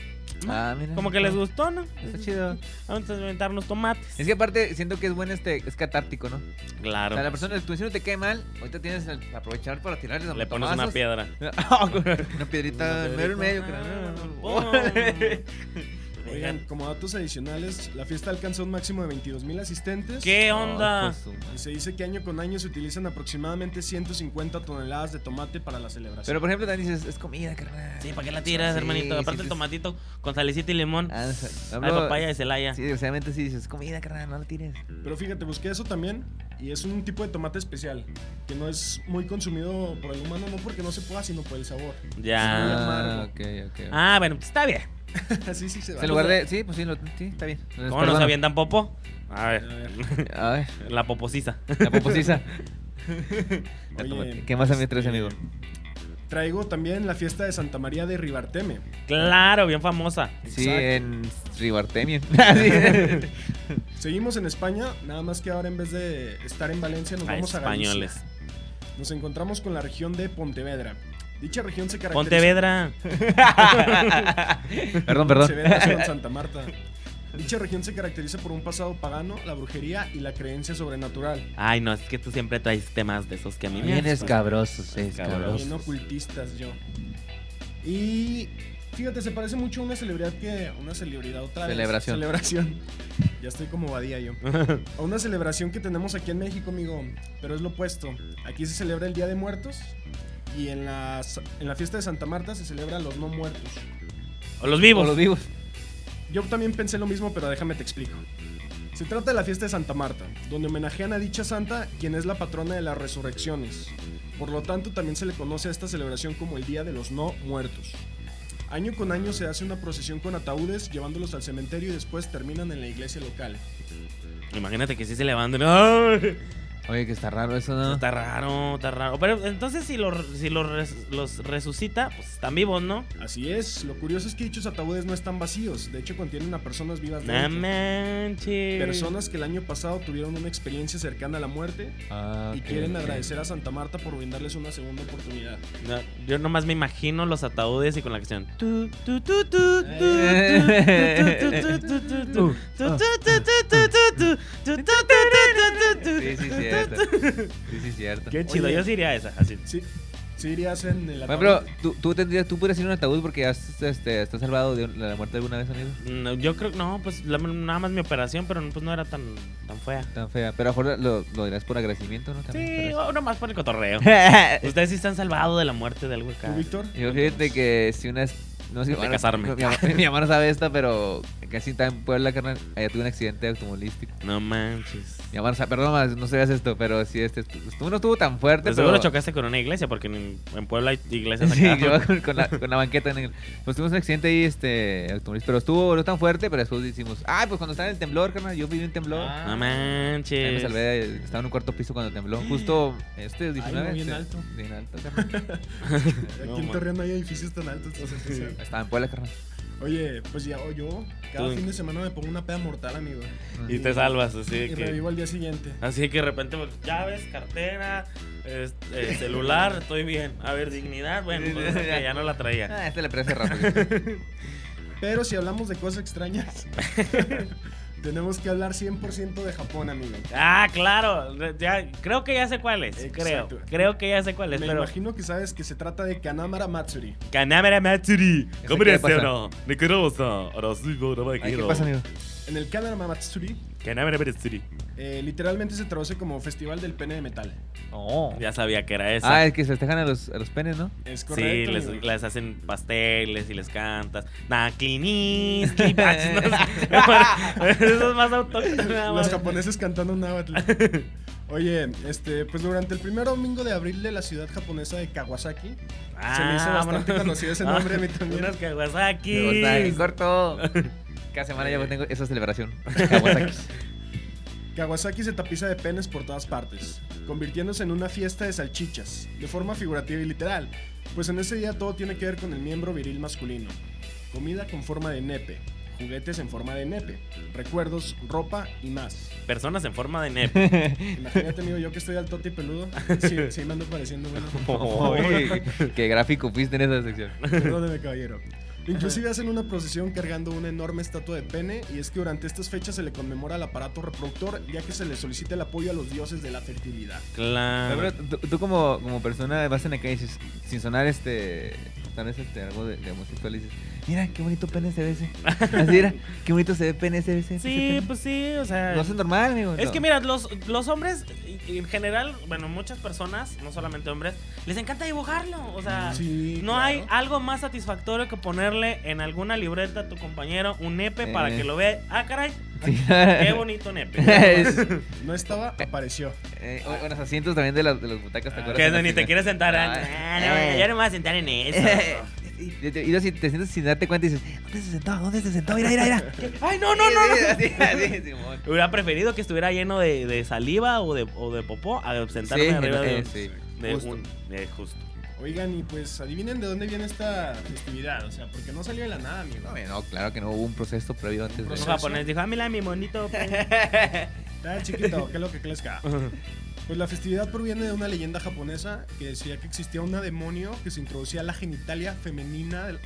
Speaker 3: Ah, mira.
Speaker 2: como que les gustó, ¿no?
Speaker 3: Está chido.
Speaker 2: Vamos a aventar unos tomates.
Speaker 3: Es que aparte siento que es bueno este, es catártico, ¿no? O
Speaker 2: Claro.
Speaker 3: sea, la persona, tu vecino te cae mal, ahorita tienes que aprovechar para tirarle
Speaker 2: Le pones una
Speaker 3: piedra.
Speaker 2: piedra.
Speaker 3: una piedrita en medio, en medio,
Speaker 2: Ah,
Speaker 3: carnal.
Speaker 2: pum.
Speaker 8: Oigan, como datos adicionales, la fiesta alcanzó un máximo de 22 mil
Speaker 3: Pues,
Speaker 8: asistentes.
Speaker 2: ¿Qué onda?
Speaker 8: Y se dice que año con año se utilizan aproximadamente 150 toneladas de tomate para la celebración.
Speaker 3: Pero por ejemplo, también dices, es comida, carnal.
Speaker 2: Sí, ¿para qué la tiras,
Speaker 3: Sí,
Speaker 2: hermanito? Aparte
Speaker 3: sientes-
Speaker 2: el tomatito con salecita y limón.
Speaker 3: Ah, o sea,
Speaker 2: Hay
Speaker 3: hablo-
Speaker 2: papaya de Celaya.
Speaker 3: Sí, desgraciadamente sí dices, es comida, carnal, no la tires.
Speaker 8: Pero fíjate, busqué eso también y es un tipo de tomate especial que no es muy consumido por el humano, no porque no se pueda, sino por el sabor.
Speaker 2: Ya.
Speaker 8: amargo.
Speaker 3: ok, ok.
Speaker 2: Ah, bueno, pues está bien.
Speaker 8: Así sí
Speaker 3: O
Speaker 8: se va.
Speaker 3: sea, en lugar de. Sí, pues sí, lo- sí está bien. Les
Speaker 2: Ah, ¿Cómo nos
Speaker 3: perdono.
Speaker 2: avientan popo? A
Speaker 8: A
Speaker 2: ver,
Speaker 8: ver,
Speaker 3: A ver,
Speaker 2: la popociza.
Speaker 3: la poposiza.
Speaker 8: oye,
Speaker 3: ¿Qué más también traes,
Speaker 8: este,
Speaker 3: amigo?
Speaker 8: Traigo también la fiesta de Santa María de Ribarteme.
Speaker 2: Claro, bien famosa.
Speaker 3: Sí, eh. en Ah, Ribartemio.
Speaker 8: Seguimos en España, nada más que ahora en vez de estar en Valencia nos
Speaker 2: Ay,
Speaker 8: vamos a Galicia.
Speaker 2: españoles.
Speaker 8: Nos encontramos con la región de Pontevedra. Dicha región se caracteriza
Speaker 2: Pontevedra.
Speaker 3: perdón, perdón.
Speaker 8: Pontevedra, Ciudad Santa Marta. Dicha región se caracteriza por un pasado pagano, la brujería y la creencia sobrenatural.
Speaker 2: Ay, no, es que tú siempre traes temas de esos que a mí me
Speaker 3: Bien
Speaker 2: asustan.
Speaker 3: escabroso, sí,
Speaker 2: Escabroso.
Speaker 3: escabroso.
Speaker 8: Bien ocultistas yo. Y fíjate, se parece mucho a una celebridad que. Una celebridad otra vez.
Speaker 3: Celebración.
Speaker 8: Celebración. Ya estoy como badía yo. A una celebración que tenemos aquí en México, amigo. Pero es lo opuesto. Aquí se celebra el Día de Muertos. Y en la, sa- en la fiesta de Santa Marta se celebran los no muertos.
Speaker 2: O los
Speaker 3: Por
Speaker 2: vivos.
Speaker 3: los vivos.
Speaker 8: Yo también pensé lo mismo, pero déjame te explico. Se trata de la fiesta de Santa Marta, donde homenajean a dicha santa, quien es la patrona de las resurrecciones. Por lo tanto, también se le conoce a esta celebración como el Día de los No Muertos. Año con año se hace una procesión con ataúdes, llevándolos al cementerio y después terminan en la iglesia local.
Speaker 2: Imagínate que sí se levantan. ¡Ay!
Speaker 3: Oye, que está raro eso, ¿no?
Speaker 2: Está raro, está raro. Pero entonces si, los- si los res- los resucita, pues están vivos, ¿no?
Speaker 8: Así es, lo curioso es que dichos ataúdes no están vacíos, de hecho contienen a personas vivas
Speaker 2: No
Speaker 8: dentro.
Speaker 2: manches.
Speaker 8: Personas que el año pasado tuvieron una experiencia cercana a la muerte
Speaker 3: Ah,
Speaker 8: y
Speaker 3: ok,
Speaker 8: quieren
Speaker 3: ok.
Speaker 8: agradecer a Santa Marta por brindarles una segunda oportunidad.
Speaker 2: No, yo nomás me imagino los ataúdes y con la canción.
Speaker 3: Sí, sí, cierto. Sí, sí, cierto.
Speaker 2: Qué chido,
Speaker 8: Oye.
Speaker 2: yo sí iría a esa. Así.
Speaker 8: Sí, sí irías en el
Speaker 3: Bueno, pero tú, tú tendrías, tú podrías ir a un ataúd porque has, este, estás salvado de la muerte alguna vez, amigo.
Speaker 2: No, yo creo, no, pues la- nada más mi operación, pero pues no era tan, tan fea.
Speaker 3: Tan fea. Pero a lo mejor lo, lo dirás por agradecimiento, ¿no?
Speaker 2: Sí,
Speaker 3: También,
Speaker 2: o nomás por el cotorreo.
Speaker 3: pero-
Speaker 2: Ustedes sí están salvados de la muerte de algo acá.
Speaker 8: ¿Tú, Víctor?
Speaker 3: Yo fíjate que si una es. No sé,
Speaker 2: De casarme.
Speaker 3: Mi, mamá- mi mamá no sabe esta, pero casi estaba en Puebla, carnal. Allá tuve un accidente automovilístico.
Speaker 2: No manches.
Speaker 3: Mi amor, o sea, perdón, mas no sabías esto, pero sí, este estu- estuvo, no estuvo tan fuerte.
Speaker 2: De Pues,
Speaker 3: pero
Speaker 2: seguro chocaste con una iglesia, porque en, en Puebla hay iglesias
Speaker 3: Sí,
Speaker 2: acá.
Speaker 3: yo con, con la, con la banqueta en el- Pues tuvimos un accidente ahí, este, automovilístico, pero estuvo no tan fuerte, pero después decimos, ay, pues cuando estaba en el temblor, carnal, yo viví un temblor.
Speaker 2: No
Speaker 3: Ahí me
Speaker 2: manches.
Speaker 3: salvé, de- estaba en un cuarto piso cuando tembló. Justo este 19.
Speaker 8: no, bien
Speaker 3: este,
Speaker 8: alto.
Speaker 3: Bien alto, carnal.
Speaker 8: Aquí
Speaker 2: No,
Speaker 8: en
Speaker 2: man.
Speaker 8: Torreón no hay edificios tan altos. entonces, o sea,
Speaker 3: Estaba en Puebla, carnal.
Speaker 8: Oye, pues ya o yo cada
Speaker 2: Tú.
Speaker 8: fin de semana me pongo una peda mortal, amigo.
Speaker 2: Y te salvas, así
Speaker 8: Y
Speaker 2: que.
Speaker 8: revivo al día siguiente.
Speaker 2: Así que de repente, pues, llaves, cartera, este, celular, estoy bien. A ver, dignidad, bueno, pues, es que ya no la traía.
Speaker 3: Ah, este le parece rápido.
Speaker 8: Pero si hablamos de cosas extrañas, tenemos que hablar 100% de Japón, amigo.
Speaker 2: Ah, claro, ya, creo que ya sé cuál es. Creo,
Speaker 8: Exacto.
Speaker 2: creo que ya sé cuál
Speaker 8: Me
Speaker 2: es, pero.
Speaker 8: imagino que sabes que se trata de Kanamara Matsuri.
Speaker 2: Kanamera Matsuri,
Speaker 3: qué
Speaker 2: Kamera
Speaker 3: pasa?
Speaker 2: Sena, Nikerosa, Arasugo,
Speaker 3: Ay, ¿Qué
Speaker 2: Namakiro.
Speaker 3: pasa, amigo?
Speaker 8: En el Kanamara Matsuri,
Speaker 2: Kanamera Matsuri.
Speaker 8: eh, literalmente se traduce como Festival del Pene de Metal.
Speaker 3: Oh.
Speaker 2: Ya sabía que era esa.
Speaker 3: Ah, es que se festejan a los, a los penes, ¿no?
Speaker 8: Es
Speaker 2: Sí,
Speaker 8: correcto.
Speaker 2: les,
Speaker 8: amigo.
Speaker 2: les hacen pasteles y les cantas. Naklini, slip, ah, no sé. Eso es más autóctono. nada
Speaker 8: Los
Speaker 2: más.
Speaker 8: japoneses cantando un náhuatl. Oye, este, pues durante el primer domingo de abril de la ciudad japonesa de Kawasaki, se me hizo bastante
Speaker 2: Ah, bueno.
Speaker 8: conocido ese nombre a mí también.
Speaker 2: Unos Kawasaki.
Speaker 3: Me gusta, en corto. Cada semana
Speaker 2: Eh.
Speaker 3: yo tengo esa celebración. Kawasaki.
Speaker 8: Kawasaki se tapiza de penes por todas partes, convirtiéndose en una fiesta de salchichas, de forma figurativa y literal, pues en ese día todo tiene que ver con el miembro viril masculino. Comida con forma de nepe, juguetes en forma de nepe, recuerdos, ropa y más.
Speaker 2: Personas en forma de nepe.
Speaker 8: Imagínate, amigo, yo que estoy al tote y peludo, sí, sí me ando pareciendo bueno.
Speaker 2: Oh,
Speaker 3: Uy, qué gráfico fuiste en esa sección.
Speaker 8: Perdóneme, caballero. Inclusive hacen una procesión cargando una enorme estatua de pene y es que durante estas fechas se le conmemora al aparato reproductor ya que se le solicita el apoyo a los dioses de la fertilidad.
Speaker 2: Claro.
Speaker 3: Pero tú, tú como, como persona vas en la calle dices, sin sonar este. Tal vez este, algo de, de homosexual dices, mira qué bonito pene se ve ese. Así era, qué bonito se ve pene se ve ese.
Speaker 2: Sí,
Speaker 3: ese
Speaker 2: pues sí, o sea.
Speaker 3: pene". No es normal, amigo.
Speaker 2: Es
Speaker 3: no.
Speaker 2: que mira, los, los hombres, y- y en general, bueno, muchas personas, no solamente hombres, les encanta dibujarlo. O sea,
Speaker 8: Sí,
Speaker 2: no
Speaker 8: claro.
Speaker 2: hay algo más satisfactorio que ponerle en alguna libreta a tu compañero un nepe para
Speaker 3: Eh.
Speaker 2: que lo vea. Ah, caray,
Speaker 3: Sí.
Speaker 2: qué bonito nepe.
Speaker 3: Es-
Speaker 8: No estaba, apareció.
Speaker 3: eh, o- o los asientos también de las, de las butacas, ¿te acuerdas?
Speaker 2: Ah, que
Speaker 3: En la
Speaker 2: ni te
Speaker 3: esquina.
Speaker 2: quieres sentar. Ah,
Speaker 3: Ay.
Speaker 2: no, yo no me voy a sentar en eso.
Speaker 3: Y te- te- y te- te sientes sin darte cuenta y dices, ¿dónde se sentó? ¿Dónde se sentó? Mira, mira, mira.
Speaker 2: Ay, no, no, no, no.
Speaker 3: Así, así, Simón.
Speaker 2: Hubiera preferido que estuviera lleno de, de saliva o de, o de popó a sentarme
Speaker 3: Sí,
Speaker 2: arriba de,
Speaker 3: eh, sí.
Speaker 2: de
Speaker 8: justo.
Speaker 2: un. de justo.
Speaker 8: Oigan, y pues adivinen de dónde viene esta festividad, o sea, porque no salió de la nada, amigo.
Speaker 3: No, no, claro que no hubo un proceso previo antes
Speaker 2: Un
Speaker 8: proceso.
Speaker 3: de...
Speaker 2: japonés dijo: Ah, mira, mi monito. pues".
Speaker 8: Está Ah, chiquito, que lo que crezca. Pues la festividad proviene de una leyenda japonesa que decía que existía una demonio que se introducía a la genitalia femenina de-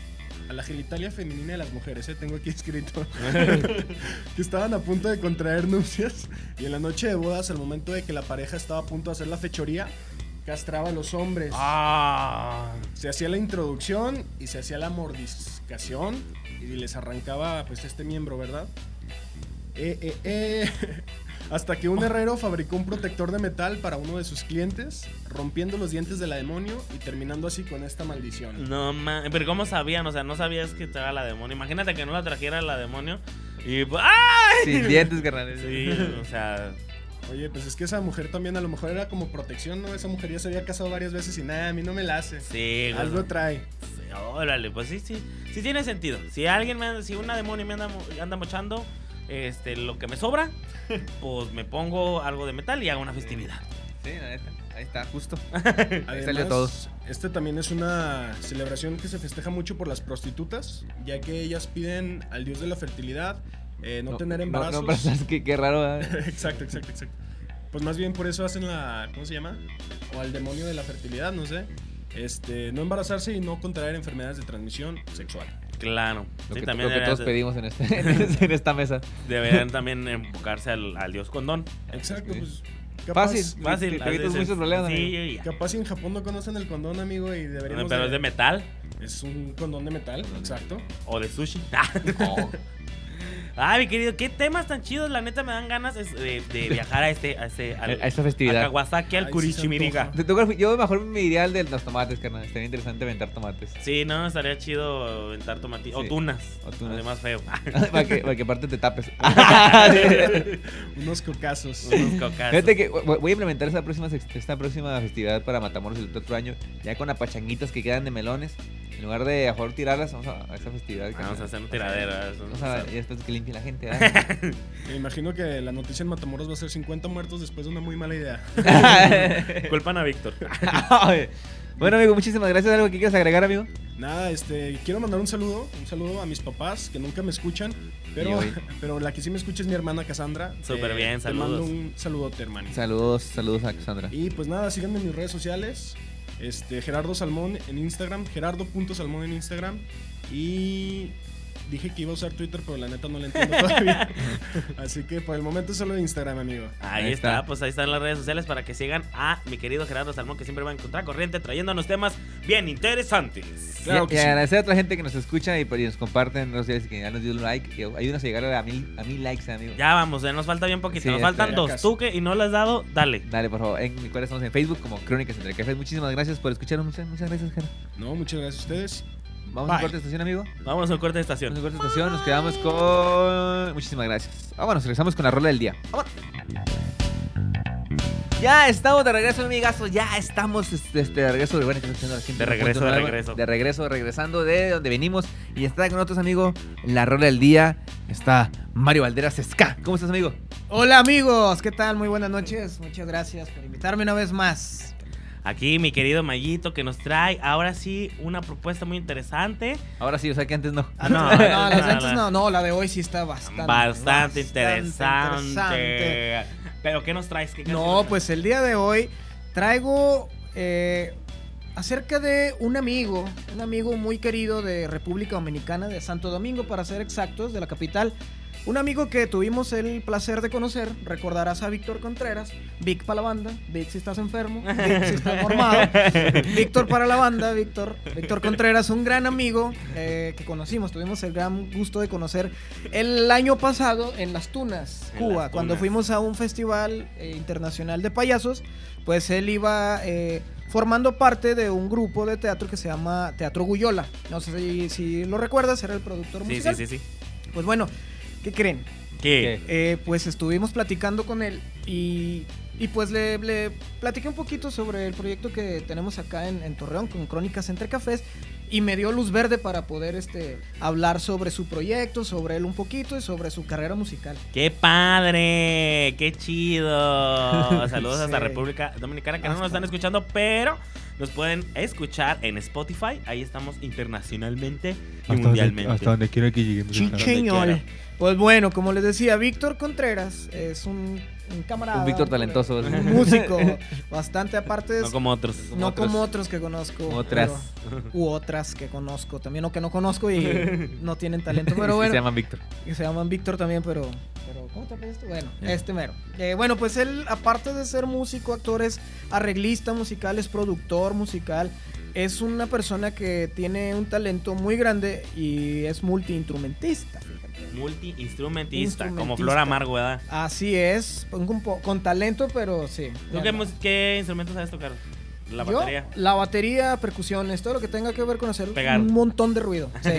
Speaker 8: a la genitalia femenina de las mujeres, ¿eh? tengo aquí escrito. que estaban a punto de contraer nupcias y en la noche de bodas, al momento de que la pareja estaba a punto de hacer la fechoría, castraba a los hombres.
Speaker 2: Ah.
Speaker 8: Se hacía la introducción y se hacía la mordiscación y les arrancaba pues este miembro, ¿verdad? Eh, eh, eh. Hasta que un herrero fabricó un protector de metal para uno de sus clientes, rompiendo los dientes de la demonio y terminando así con esta maldición.
Speaker 2: No man, pero ¿cómo sabían? O sea, no sabías que estaba la demonio. Imagínate que no la trajera la demonio. Y pues, ¡ay!
Speaker 3: Sin dientes, carnal.
Speaker 2: Sí, o sea,
Speaker 8: Oye, pues es que esa mujer también a lo mejor era como protección, ¿no? Esa mujer ya se había casado varias veces y nada, a mí no me la hace.
Speaker 2: sí, güey.
Speaker 8: Algo trae.
Speaker 2: Sí, Órale, pues sí, sí. Sí tiene sentido. Si alguien me anda- si una demonio me anda, mo- anda mochando, este, lo que me sobra, pues me pongo algo de metal y hago una festividad.
Speaker 3: Sí, la neta. Ahí está, justo.
Speaker 8: Además,
Speaker 3: salió todo.
Speaker 8: Este también es una celebración que se festeja mucho por las prostitutas, ya que ellas piden al dios de la fertilidad eh, no, tener
Speaker 3: No,
Speaker 8: embarazos.
Speaker 3: embarazos, qué, qué raro. ¿verdad?
Speaker 8: exacto, exacto, exacto. Pues más bien por eso hacen la, ¿cómo se llama? O al demonio de la fertilidad, no sé. Este, no embarazarse y no contraer enfermedades de transmisión sexual.
Speaker 2: Claro.
Speaker 3: Lo
Speaker 2: sí,
Speaker 3: que,
Speaker 2: también
Speaker 3: lo que
Speaker 2: deberían
Speaker 3: todos
Speaker 2: de-
Speaker 3: pedimos en, este, en esta mesa.
Speaker 2: deberían también enfocarse al, al dios condón.
Speaker 8: Exacto,
Speaker 3: Sí.
Speaker 8: pues capaz,
Speaker 3: Fácil.
Speaker 2: Fácil.
Speaker 3: Te- te
Speaker 2: así
Speaker 3: evitas
Speaker 2: es.
Speaker 3: muchos problemas,
Speaker 2: Sí,
Speaker 3: amigo.
Speaker 2: y ya.
Speaker 8: Capaz y en Japón no conocen el condón, amigo, y deberíamos
Speaker 2: Pero es de metal
Speaker 8: Es un condón de metal, exacto.
Speaker 2: o de sushi.
Speaker 3: No.
Speaker 2: Ay, mi querido, qué temas tan chidos. La neta me dan ganas es, de, de viajar a este, a este, al-
Speaker 3: A esta
Speaker 2: a
Speaker 3: festividad.
Speaker 2: Kawasaki, al
Speaker 8: Ay, sí,
Speaker 2: Curichimiriga.
Speaker 8: se
Speaker 3: Te toca- Yo mejor me iría al de los tomates, carnal. Estaría interesante aventar tomates.
Speaker 2: Sí, no, estaría chido aventar tomatillos.
Speaker 3: Sí.
Speaker 2: O tunas.
Speaker 3: O tunas.
Speaker 2: Además feo.
Speaker 3: para, que, para que aparte te tapes.
Speaker 8: Unos cocazos.
Speaker 2: Unos cocazos.
Speaker 3: Ah, Fíjate que voy voy a implementar esta próxima, sex- esta próxima festividad para Matamoros el otro año, ya con apachanguitas que quedan de melones. En lugar de a lo mejor tirarlas, vamos a, a esa festividad.
Speaker 2: Vamos
Speaker 3: carnal.
Speaker 2: a hacer un tiradero. ¿verdad?
Speaker 3: Vamos a- y después que limpie la gente. ¿verdad?
Speaker 8: Me imagino que la noticia en Matamoros va a ser 50 muertos después de una muy mala idea.
Speaker 2: Culpan a Víctor.
Speaker 3: bueno, amigo, muchísimas gracias. ¿Algo que quieras agregar, amigo?
Speaker 8: Nada, este, quiero mandar un saludo, un saludo a mis papás que nunca me escuchan,
Speaker 3: Y
Speaker 8: pero,
Speaker 3: hoy.
Speaker 8: pero la que sí me escucha es mi hermana Cassandra.
Speaker 2: Súper
Speaker 8: Eh,
Speaker 2: bien,
Speaker 8: Te mando
Speaker 2: saludos.
Speaker 8: un saludote, hermano.
Speaker 3: Saludos, saludos a Cassandra.
Speaker 8: Y pues nada, síganme en mis redes sociales. Este, Gerardo Salmón en Instagram, gerardo.salmón en Instagram. Y dije que iba a usar Twitter, pero la neta no la entiendo todavía. Así que por el momento solo Instagram, amigo.
Speaker 2: Ahí,
Speaker 3: Ahí
Speaker 2: está.
Speaker 3: está.
Speaker 2: pues ahí están las redes sociales para que sigan a mi querido Gerardo Salmón, que siempre va en contracorriente trayéndonos temas bien interesantes.
Speaker 8: Claro
Speaker 3: y,
Speaker 8: que
Speaker 3: y
Speaker 8: sí.
Speaker 3: agradecer a toda la gente que nos escucha y, pues, y nos comparten los días que ya nos dio un like. Y ayúdanos a llegar a mil, a mil likes, amigo.
Speaker 2: Ya vamos, ya nos falta bien poquito.
Speaker 3: Sí,
Speaker 2: nos
Speaker 3: este,
Speaker 2: faltan
Speaker 8: ya
Speaker 2: dos.
Speaker 8: casi.
Speaker 2: Tú que y no las has dado, dale.
Speaker 3: Dale, por favor. En mi cual estamos en Facebook como Crónicas Entre Cafés. Muchísimas gracias por escucharnos. Muchas, muchas gracias, Jara.
Speaker 8: No, muchas gracias a ustedes.
Speaker 3: Vamos a
Speaker 8: Bye.
Speaker 3: un corte de estación, amigo.
Speaker 2: Vámonos a un corte de
Speaker 3: Vamos a
Speaker 2: estación.
Speaker 3: un corte de estación. Nos quedamos con. Muchísimas gracias. Vámonos, regresamos con la rola del día. Vámonos. Ya estamos de regreso, amigazo. Ya estamos este, este, de regreso. Bueno, estamos haciendo la
Speaker 2: De regreso, de
Speaker 3: 101.9,
Speaker 2: regreso.
Speaker 3: De regreso, regresando de donde venimos. Y está con nosotros, amigo. La rola del día está Mario Valderas Ska. ¿Cómo estás, amigo?
Speaker 4: Hola amigos, ¿qué tal? Muy buenas noches. Muchas gracias por invitarme una vez más.
Speaker 2: Aquí mi querido Mayito que nos trae ahora sí una propuesta muy interesante.
Speaker 3: Ahora sí, o sea que antes no.
Speaker 2: Ah, no,
Speaker 4: no, no, las
Speaker 2: no,
Speaker 4: de antes
Speaker 2: no.
Speaker 4: no, no, la de hoy sí está bastante.
Speaker 2: Bastante, interesante.
Speaker 4: interesante.
Speaker 2: Pero ¿qué nos traes? ¿Qué canción
Speaker 4: No,
Speaker 2: nos
Speaker 4: pues el día de hoy traigo eh, acerca de un amigo, un amigo muy querido de República Dominicana, de Santo Domingo para ser exactos, de la capital. Un amigo que tuvimos el placer de conocer, recordarás a Víctor Contreras, Vic para la banda, Vic si estás enfermo, Vic si estás formado, Víctor para la banda, Víctor, Víctor Contreras, un gran amigo eh, que conocimos, tuvimos el gran gusto de conocer el año pasado en Las Tunas,
Speaker 2: En
Speaker 4: Cuba,
Speaker 2: Las
Speaker 4: cuando
Speaker 2: Tunas.
Speaker 4: fuimos a un festival eh, internacional de payasos, pues él iba eh, formando parte de un grupo de teatro que se llama Teatro Guyola. No sé si, si lo recuerdas, era el productor
Speaker 2: traes?
Speaker 4: musical.
Speaker 2: Sí, sí, sí, sí.
Speaker 4: Pues bueno, ¿qué creen?
Speaker 2: ¿Qué?
Speaker 4: Eh, pues estuvimos platicando con él y, y pues le, le platiqué un poquito sobre el proyecto que tenemos acá en, en Torreón con Crónicas entre Cafés y me dio luz verde para poder este, hablar sobre su proyecto, sobre él un poquito y sobre su carrera musical.
Speaker 2: ¡Qué padre! ¡Qué chido! Saludos hasta
Speaker 4: Sí.
Speaker 2: República Dominicana que no nos
Speaker 4: Hasta-
Speaker 2: están escuchando, pero nos pueden escuchar en Spotify. Ahí estamos internacionalmente y mundialmente.
Speaker 9: quiera que lleguemos.
Speaker 4: Chicheñol. Pues bueno, como les decía, Víctor Contreras es un, un camarada.
Speaker 3: Un Víctor talentoso.
Speaker 4: Un músico bastante aparte.
Speaker 2: no como otros.
Speaker 4: no como otros, que conozco.
Speaker 3: Otras.
Speaker 4: pero- u otras que conozco también, o que no conozco y no tienen talento. Pero bueno,
Speaker 3: Se llama Víctor.
Speaker 4: que se llaman Víctor también, pero, pero ¿cómo te apellidas tú? Bueno, este mero. Eh, bueno, pues él, aparte de ser músico, actor, es arreglista musical, es productor musical, es una persona que tiene un talento muy grande y es multiinstrumentista. fíjate.
Speaker 2: Multi-instrumentista, como
Speaker 4: Instrumentista.
Speaker 2: Flor Amargo, ¿verdad?
Speaker 4: Así es, con, un po- con talento, pero sí.
Speaker 2: ¿Tú qué, mus- qué instrumentos sabes tocar? La
Speaker 4: Yo,
Speaker 2: batería.
Speaker 4: la batería, percusiones, todo lo que tenga que ver con hacer
Speaker 2: Pegar.
Speaker 4: un montón de ruido. Sí.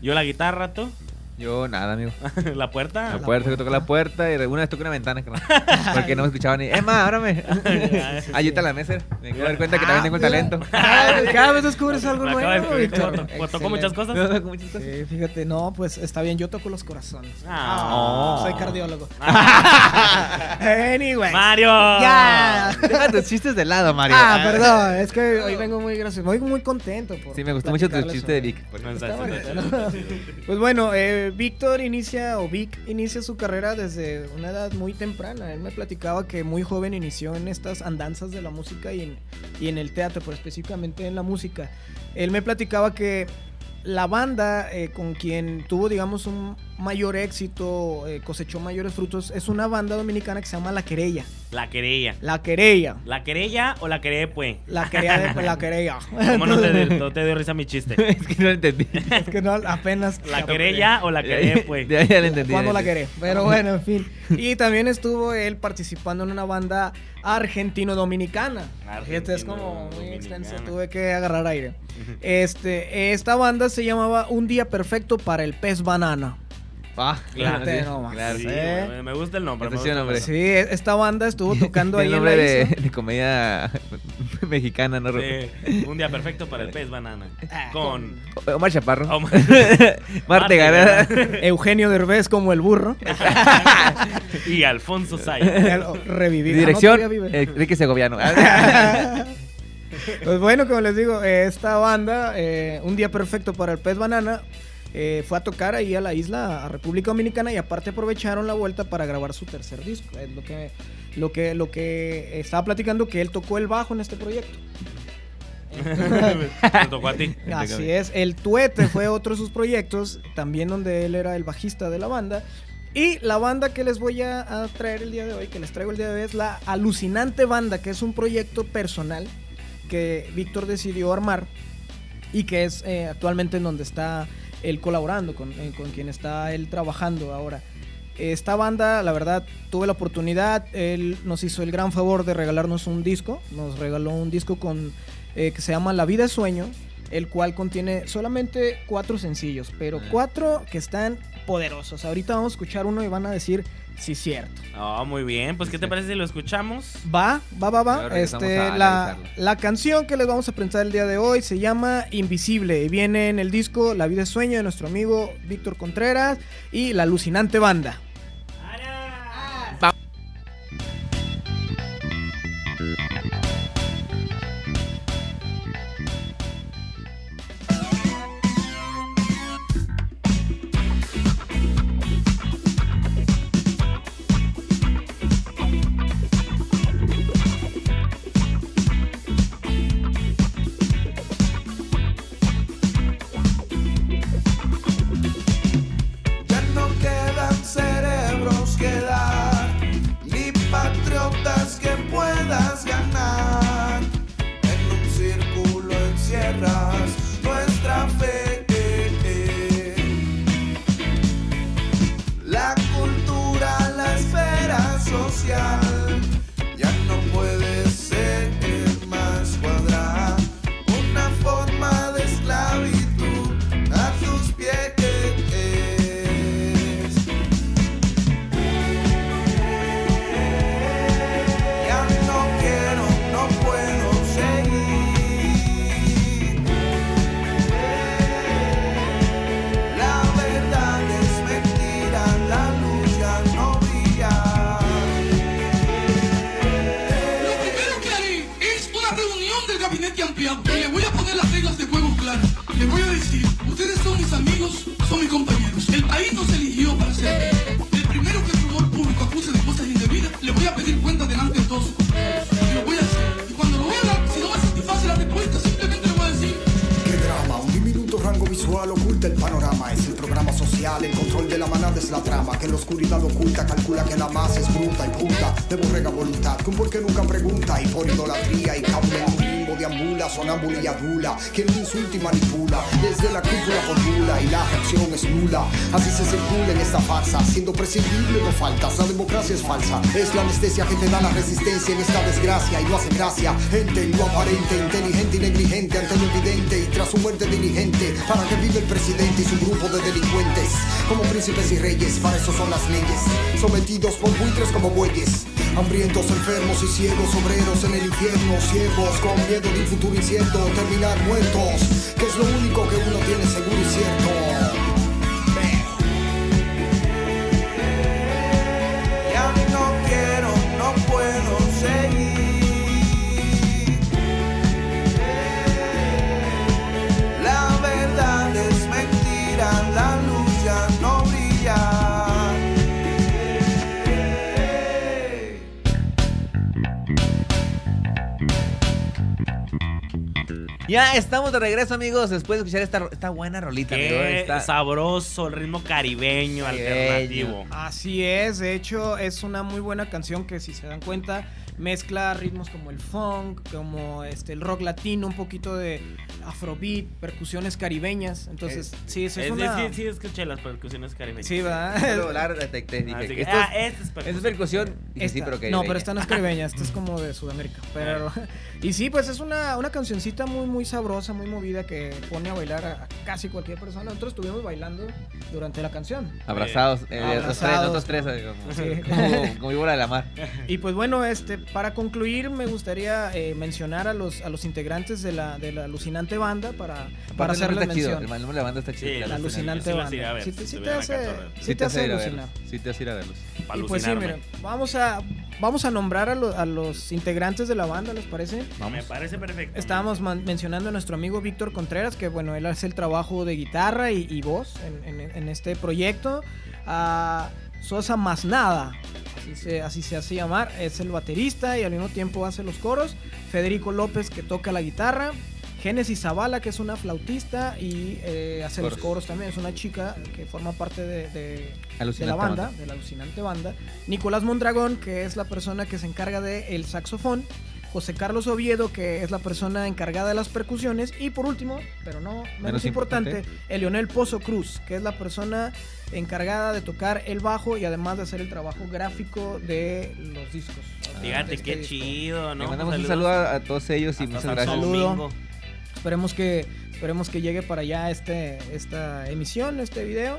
Speaker 2: Yo la guitarra, tú.
Speaker 3: Yo nada, amigo.
Speaker 2: la puerta.
Speaker 3: La puerta, que toca la puerta y alguna vez toqué una ventana, carnal. Porque no me escuchaba ni. ¡Emma, ábrame! Ayuda a la mesa. Me quiero dar cuenta que también tengo el
Speaker 4: mira.
Speaker 3: talento.
Speaker 4: Cada, cada vez descubres algo
Speaker 2: Me acaba de
Speaker 4: nuevo,
Speaker 2: descubrir que
Speaker 4: Víctor.
Speaker 2: tocó- tocó muchas cosas.
Speaker 4: Sí, fíjate, no, pues está bien, yo toco los corazones.
Speaker 2: Ah.
Speaker 3: Oh.
Speaker 4: Ah, Soy cardiólogo. Anyway.
Speaker 2: ¡Mario!
Speaker 4: Ya.
Speaker 3: Deja tus chistes de lado, Mario.
Speaker 4: Ah, perdón, es que hoy vengo muy gracioso, voy muy contento. Por
Speaker 3: Sí, me gustó mucho tu
Speaker 4: platicarles
Speaker 3: chiste de
Speaker 4: sobre-
Speaker 3: Vic.
Speaker 2: Bueno,
Speaker 4: Está
Speaker 2: está-
Speaker 4: bueno,
Speaker 2: está-
Speaker 4: ¿no?
Speaker 2: está-
Speaker 4: Pues bueno, eh, Víctor inicia, o Vic inicia su carrera desde una edad muy temprana. Él me platicaba que muy joven inició en estas andanzas de la música y en, y en el teatro, pero específicamente en la música. Él me platicaba que la banda eh, con quien tuvo, digamos, un mayor éxito, eh, cosechó mayores frutos, es una banda dominicana que se llama La Querella.
Speaker 2: La querella.
Speaker 4: La Querella.
Speaker 2: ¿La querella o la querella, pues?
Speaker 4: La Querella de pues, La Querella.
Speaker 2: ¿Cómo no te, no te dio risa mi chiste?
Speaker 3: es que no lo entendí.
Speaker 4: Es que no, apenas...
Speaker 2: ¿La querella o la querella, pues?
Speaker 3: Ya, ya lo entendí.
Speaker 4: Cuando
Speaker 3: ya
Speaker 4: la
Speaker 3: entendí.
Speaker 4: queré. Pero bueno, en fin. Y también estuvo él participando en una banda argentino-dominicana. Este es como muy extenso.
Speaker 2: Argentino-dominicana.
Speaker 4: Tuve que agarrar aire. Este, esta banda se llamaba Un Día Perfecto para el Pez Banana.
Speaker 3: Ah, claro.
Speaker 4: Fíjate
Speaker 3: sí,
Speaker 4: nomás.
Speaker 3: claro.
Speaker 2: Sí,
Speaker 3: Sí.
Speaker 4: ¿eh?
Speaker 2: me- Me gusta el nombre. me
Speaker 3: Ese sí
Speaker 2: gusta el
Speaker 3: nombre.
Speaker 4: Sí, e- esta banda estuvo tocando ahí
Speaker 3: el
Speaker 4: en la
Speaker 3: nombre de,
Speaker 4: isla.
Speaker 3: de comedia mexicana, ¿no?
Speaker 2: nombre. Sí, un día perfecto para el pez banana.
Speaker 4: Ah,
Speaker 2: Con...
Speaker 3: Omar Chaparro.
Speaker 2: Oh, man.
Speaker 3: Marte Gareda.
Speaker 4: Eugenio Derbez como el burro.
Speaker 2: y Alfonso Sayas.
Speaker 4: Ya lo reviví. Ah, no,
Speaker 3: Dirección, eh,
Speaker 4: todavía vive.
Speaker 3: Enrique Segoviano.
Speaker 4: Pues bueno, como les digo, eh, esta banda, eh, Un Día Perfecto para el Pez Banana, eh, fue a tocar ahí a la isla, a República Dominicana, y aparte aprovecharon la vuelta para grabar su tercer disco. Es lo que, lo que, lo que estaba platicando, que él tocó el bajo en este proyecto.
Speaker 2: Te tocó a ti.
Speaker 4: Así es, el Tuete fue otro de sus proyectos, también donde él era el bajista de la banda. Y la banda que les voy a, a traer el día de hoy, que les traigo el día de hoy, es la Alucinante Banda, que es un proyecto personal que Víctor decidió armar y que es eh, actualmente en donde está él colaborando, con, eh, con quien está él trabajando ahora. Esta banda, la verdad, tuve la oportunidad, él nos hizo el gran favor de regalarnos un disco, nos regaló un disco con, eh, que se llama La vida es sueño, el cual contiene solamente cuatro sencillos, pero
Speaker 3: Ah.
Speaker 4: cuatro que están poderosos. Ahorita vamos a escuchar uno y van a decir si es cierto.
Speaker 2: Oh, muy bien. Pues, ¿qué te parece si lo escuchamos?
Speaker 4: Va, va, va,
Speaker 3: Ahora
Speaker 4: va.
Speaker 3: regresamos
Speaker 4: Este,
Speaker 3: a
Speaker 4: la,
Speaker 3: analizarlo.
Speaker 4: la canción que les vamos a presentar el día de hoy se llama Invisible y viene en el disco La vida es sueño de nuestro amigo Víctor Contreras y la alucinante banda.
Speaker 10: Ya no quedan cerebros que dar, ni patriotas que puedas ganar. En un círculo encierras nuestra fe. La cultura, la esfera social, ya no puede ser más cuadrada. Una forma de esclavitud a tus pies. Ya no quiero, no puedo seguir. La verdad es mentira, la luz ya no brilla.
Speaker 11: Lo primero que haré es una reunión del gabinete ampliado. Y le voy a poner las reglas de juego claras. Le voy a decir, ustedes son mis amigos, son mis compañeros. El país nos eligió para ser. El primero que el rumor público acuse de cosas indebidas, le voy a pedir cuenta delante de todos. sus compañeros. Y lo voy a hacer. Y cuando lo haga, si no me satisface la respuesta, simplemente le voy a decir,
Speaker 12: ¿Qué drama? Un diminuto rango visual oculta el panorama. Es el programa social, el control de la manada es la trama. Que en la oscuridad oculta calcula que la masa es bruta y puta. De borrega voluntad, que un porqué nunca pregunta. Y por idolatría y cambia en un limbo de ambula, sonámbula y adula. Quien insulta y manipula, desde la cúpula formula. Y la reacción es nula. Así se circula en esta farsa, siendo prescindible no faltas. La democracia es falsa, es la anestesia que te da la resistencia en esta desgracia. Y no hace gracia, gente en lo aparente, inteligente y negligente ante lo evidente. Y tras su muerte diligente, para que vive el presidente y su grupo de delincuentes. Como príncipes y reyes, para eso son las leyes. Sometidos por buitres como bueyes. Hambrientos, enfermos y ciegos, obreros en el infierno, ciegos, con miedo de un futuro incierto, terminar muertos, que es lo único que uno tiene seguro y cierto. Eh.
Speaker 10: Ya no quiero, no puedo seguir. La verdad es mentira, la luz ya no brilla.
Speaker 3: Ya estamos de regreso, amigos, después de escuchar esta, esta buena rolita, amigo,
Speaker 2: Qué
Speaker 3: Está
Speaker 2: sabroso, el ritmo caribeño, alternativo.
Speaker 4: Así es, de hecho es una muy buena canción que si se dan cuenta mezcla ritmos como el funk, como este el rock latino, un poquito de afrobeat, percusiones caribeñas, entonces sí, es,
Speaker 2: Es,
Speaker 4: es una...
Speaker 2: sí, sí, escuché las percusiones caribeñas.
Speaker 4: Sí,
Speaker 3: Puedo
Speaker 4: ¿verdad?
Speaker 3: hablar, te- te dije
Speaker 2: Así
Speaker 3: que
Speaker 2: que,
Speaker 3: esto
Speaker 2: ah,
Speaker 3: es-
Speaker 2: esta es
Speaker 3: esto es
Speaker 2: percusión.
Speaker 3: percusión. Dije, sí,
Speaker 4: eh, Esta.
Speaker 3: pero que
Speaker 4: no, pero esta no es caribeña, esta es como de Sudamérica. Pero, y sí, pues es una, una cancioncita muy, muy sabrosa, muy movida que pone a bailar a, a casi cualquier persona. Nosotros estuvimos bailando durante la canción.
Speaker 3: Abrazados, eh, los tres,
Speaker 4: Abrazados.
Speaker 3: nosotros tres, eh, como,
Speaker 4: Sí.
Speaker 3: como, como víbora de la mar.
Speaker 4: Y pues bueno, este, para concluir me gustaría eh, mencionar a los, a los integrantes de la, de la alucinante banda para, para
Speaker 3: Aparte, el nombre
Speaker 4: hacerle
Speaker 3: está chido,
Speaker 4: mención.
Speaker 3: el nombre de la banda está chido.
Speaker 2: Sí,
Speaker 3: claro,
Speaker 4: la
Speaker 3: al final.
Speaker 4: alucinante
Speaker 2: Yo sí iba a decir, a
Speaker 4: banda.
Speaker 2: ver,
Speaker 4: sí te, sí te
Speaker 2: estuvieron acá
Speaker 4: hace,
Speaker 2: todos.
Speaker 4: sí te hace
Speaker 3: ir a
Speaker 4: alucinar.
Speaker 3: verlos. Sí te hace ir a verlos.
Speaker 2: Pa'
Speaker 4: Y pues sí,
Speaker 2: alucinarme.
Speaker 4: mira, vamos a, vamos a nombrar a, lo- a los integrantes de la banda, ¿les parece?
Speaker 2: Me parece perfecto.
Speaker 4: Estábamos man- mencionando a nuestro amigo Víctor Contreras, que bueno, él hace el trabajo de guitarra y, y voz en, en- en este proyecto. A Sosa Más Nada, así se, así se hace llamar, es el baterista y al mismo tiempo hace los coros. Federico López, que toca la guitarra. Génesis Zavala, que es una flautista y eh, hace los
Speaker 3: Coros.
Speaker 4: coros también. Es una chica que forma parte de- de, de
Speaker 3: Alucinante
Speaker 4: la banda,
Speaker 3: banda.
Speaker 4: de la alucinante banda. Nicolás Mondragón, que es la persona que se encarga del saxofón. José Carlos Oviedo, que es la persona encargada de las percusiones. Y por último, pero no menos,
Speaker 3: Menos
Speaker 4: importante,
Speaker 3: importante.
Speaker 4: el Leonel Pozo Cruz, que es la persona encargada de tocar el bajo y además de hacer el trabajo gráfico de los discos.
Speaker 2: Fíjate
Speaker 4: De este
Speaker 2: qué
Speaker 4: disco.
Speaker 2: chido, ¿no? Pues
Speaker 3: Le mandamos un
Speaker 2: Saludos.
Speaker 3: saludo a, a todos ellos y pues,
Speaker 2: Hasta
Speaker 3: muchas
Speaker 2: San
Speaker 3: gracias.
Speaker 2: Domingo.
Speaker 4: Esperemos que, esperemos que llegue para allá este, esta emisión, este video.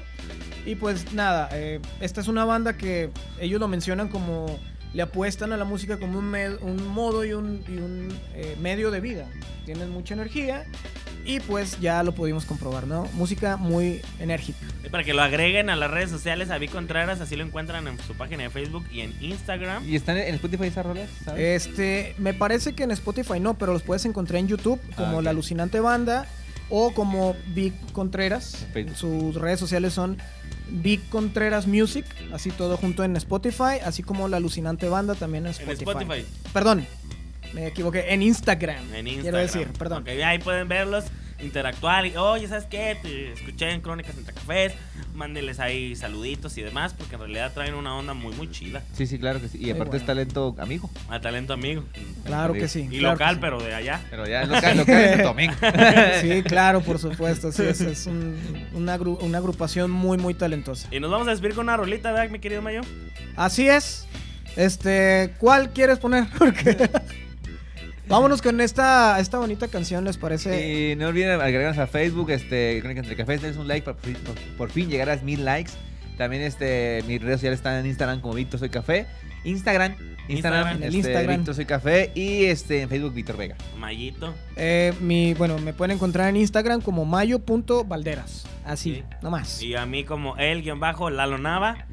Speaker 4: Y pues nada, eh, esta es una banda que ellos lo mencionan como le apuestan a la música como un, med- un modo y un, y un, eh, medio de vida. Tienen mucha energía y pues ya lo pudimos comprobar, ¿no? Música muy enérgica.
Speaker 2: Y Para que lo agreguen a las redes sociales, a Vic Contreras, así lo encuentran en su página de Facebook y en Instagram.
Speaker 3: ¿Y están en en Spotify esas rolas? ¿Sabes?
Speaker 4: Este, me parece que en Spotify no, pero los puedes encontrar en YouTube como
Speaker 3: Ah, ok.
Speaker 4: La Alucinante Banda o como Vic Contreras.
Speaker 3: Facebook.
Speaker 4: Sus redes sociales son Vic Contreras Music, así todo junto en Spotify, así como La Alucinante Banda también en
Speaker 2: En
Speaker 4: Spotify.
Speaker 2: Spotify.
Speaker 4: Perdón, me equivoqué, en Instagram.
Speaker 2: En Instagram.
Speaker 4: Quiero decir, perdón.
Speaker 2: Ok, ahí pueden verlos, interactuar. Y, Oye, ¿sabes qué? Te escuché en Crónicas entre Cafés. Mándenles ahí saluditos y demás, porque en realidad traen una onda muy, muy chida.
Speaker 3: Sí, sí, claro que sí. Y
Speaker 4: Muy
Speaker 3: aparte
Speaker 4: bueno.
Speaker 3: es talento amigo.
Speaker 2: A talento amigo.
Speaker 4: Claro que sí.
Speaker 2: Y
Speaker 4: claro
Speaker 2: local,
Speaker 4: que sí.
Speaker 2: pero de allá.
Speaker 3: Pero ya, local, local es de tu amigo.
Speaker 4: Sí, claro, por supuesto. Sí, es, es un- una, agru- una agrupación muy, muy talentosa.
Speaker 2: Y nos vamos a despedir con una rolita, ¿verdad, mi querido Mayo?
Speaker 4: Así es. Este, ¿cuál quieres poner? Porque- Vámonos con esta, esta bonita canción, ¿les parece?
Speaker 3: Y no olviden agregarnos a Facebook, este, Crónica Entre Cafés, denles un like para por, fin- por- por fin llegar a mil likes. También este, mis redes sociales están en Instagram como Víctor Soy Café. Instagram, Instagram,
Speaker 4: Instagram,
Speaker 3: este,
Speaker 4: Instagram.
Speaker 3: Víctor Soy Café. Y este, en Facebook, Víctor Vega.
Speaker 2: Mayito.
Speaker 4: Eh, mi, bueno, me pueden encontrar en Instagram como mayo.valderas. Así,
Speaker 2: Sí.
Speaker 4: nomás.
Speaker 2: Y a mí como el guión bajo Lalo Nava.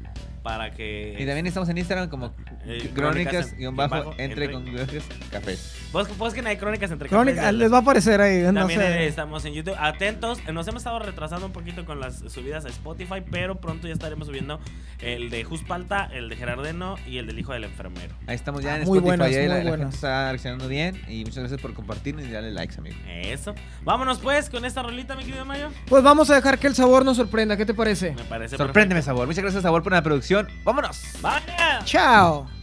Speaker 2: Para que...
Speaker 3: Y también estamos en Instagram como
Speaker 2: Eh,
Speaker 3: Crónicas,
Speaker 2: Crónicas,
Speaker 3: guión bajo,
Speaker 2: bajo,
Speaker 3: entre
Speaker 2: entre-
Speaker 3: con guiones, cafés.
Speaker 2: Busquen, busquen ahí Crónicas entre
Speaker 4: Crónica-
Speaker 2: Cafés.
Speaker 4: les va a aparecer ahí, no
Speaker 2: También eh,
Speaker 4: sé.
Speaker 2: estamos en YouTube. Atentos, eh, nos hemos estado retrasando un poquito con las subidas a Spotify, pero pronto ya estaremos subiendo el de Juspalta, el de Gerardeno y el del hijo del enfermero.
Speaker 3: Ahí estamos ya
Speaker 4: Ah,
Speaker 3: en
Speaker 4: muy
Speaker 3: Spotify.
Speaker 4: buenas,
Speaker 3: ahí
Speaker 4: muy
Speaker 3: la, la gente
Speaker 4: buenas.
Speaker 3: está reaccionando bien. Y muchas gracias por compartirnos y darle likes, amigo.
Speaker 2: Eso. Vámonos pues con esta rolita, mi querido Mayo.
Speaker 4: Pues vamos a dejar que el sabor nos sorprenda, ¿qué te parece?
Speaker 2: Me parece
Speaker 3: Sorpréndeme, Sabor. Muchas gracias, Sabor, por la producción. ¡Vámonos!
Speaker 2: perfecto. ¡Vaya!
Speaker 4: Chao.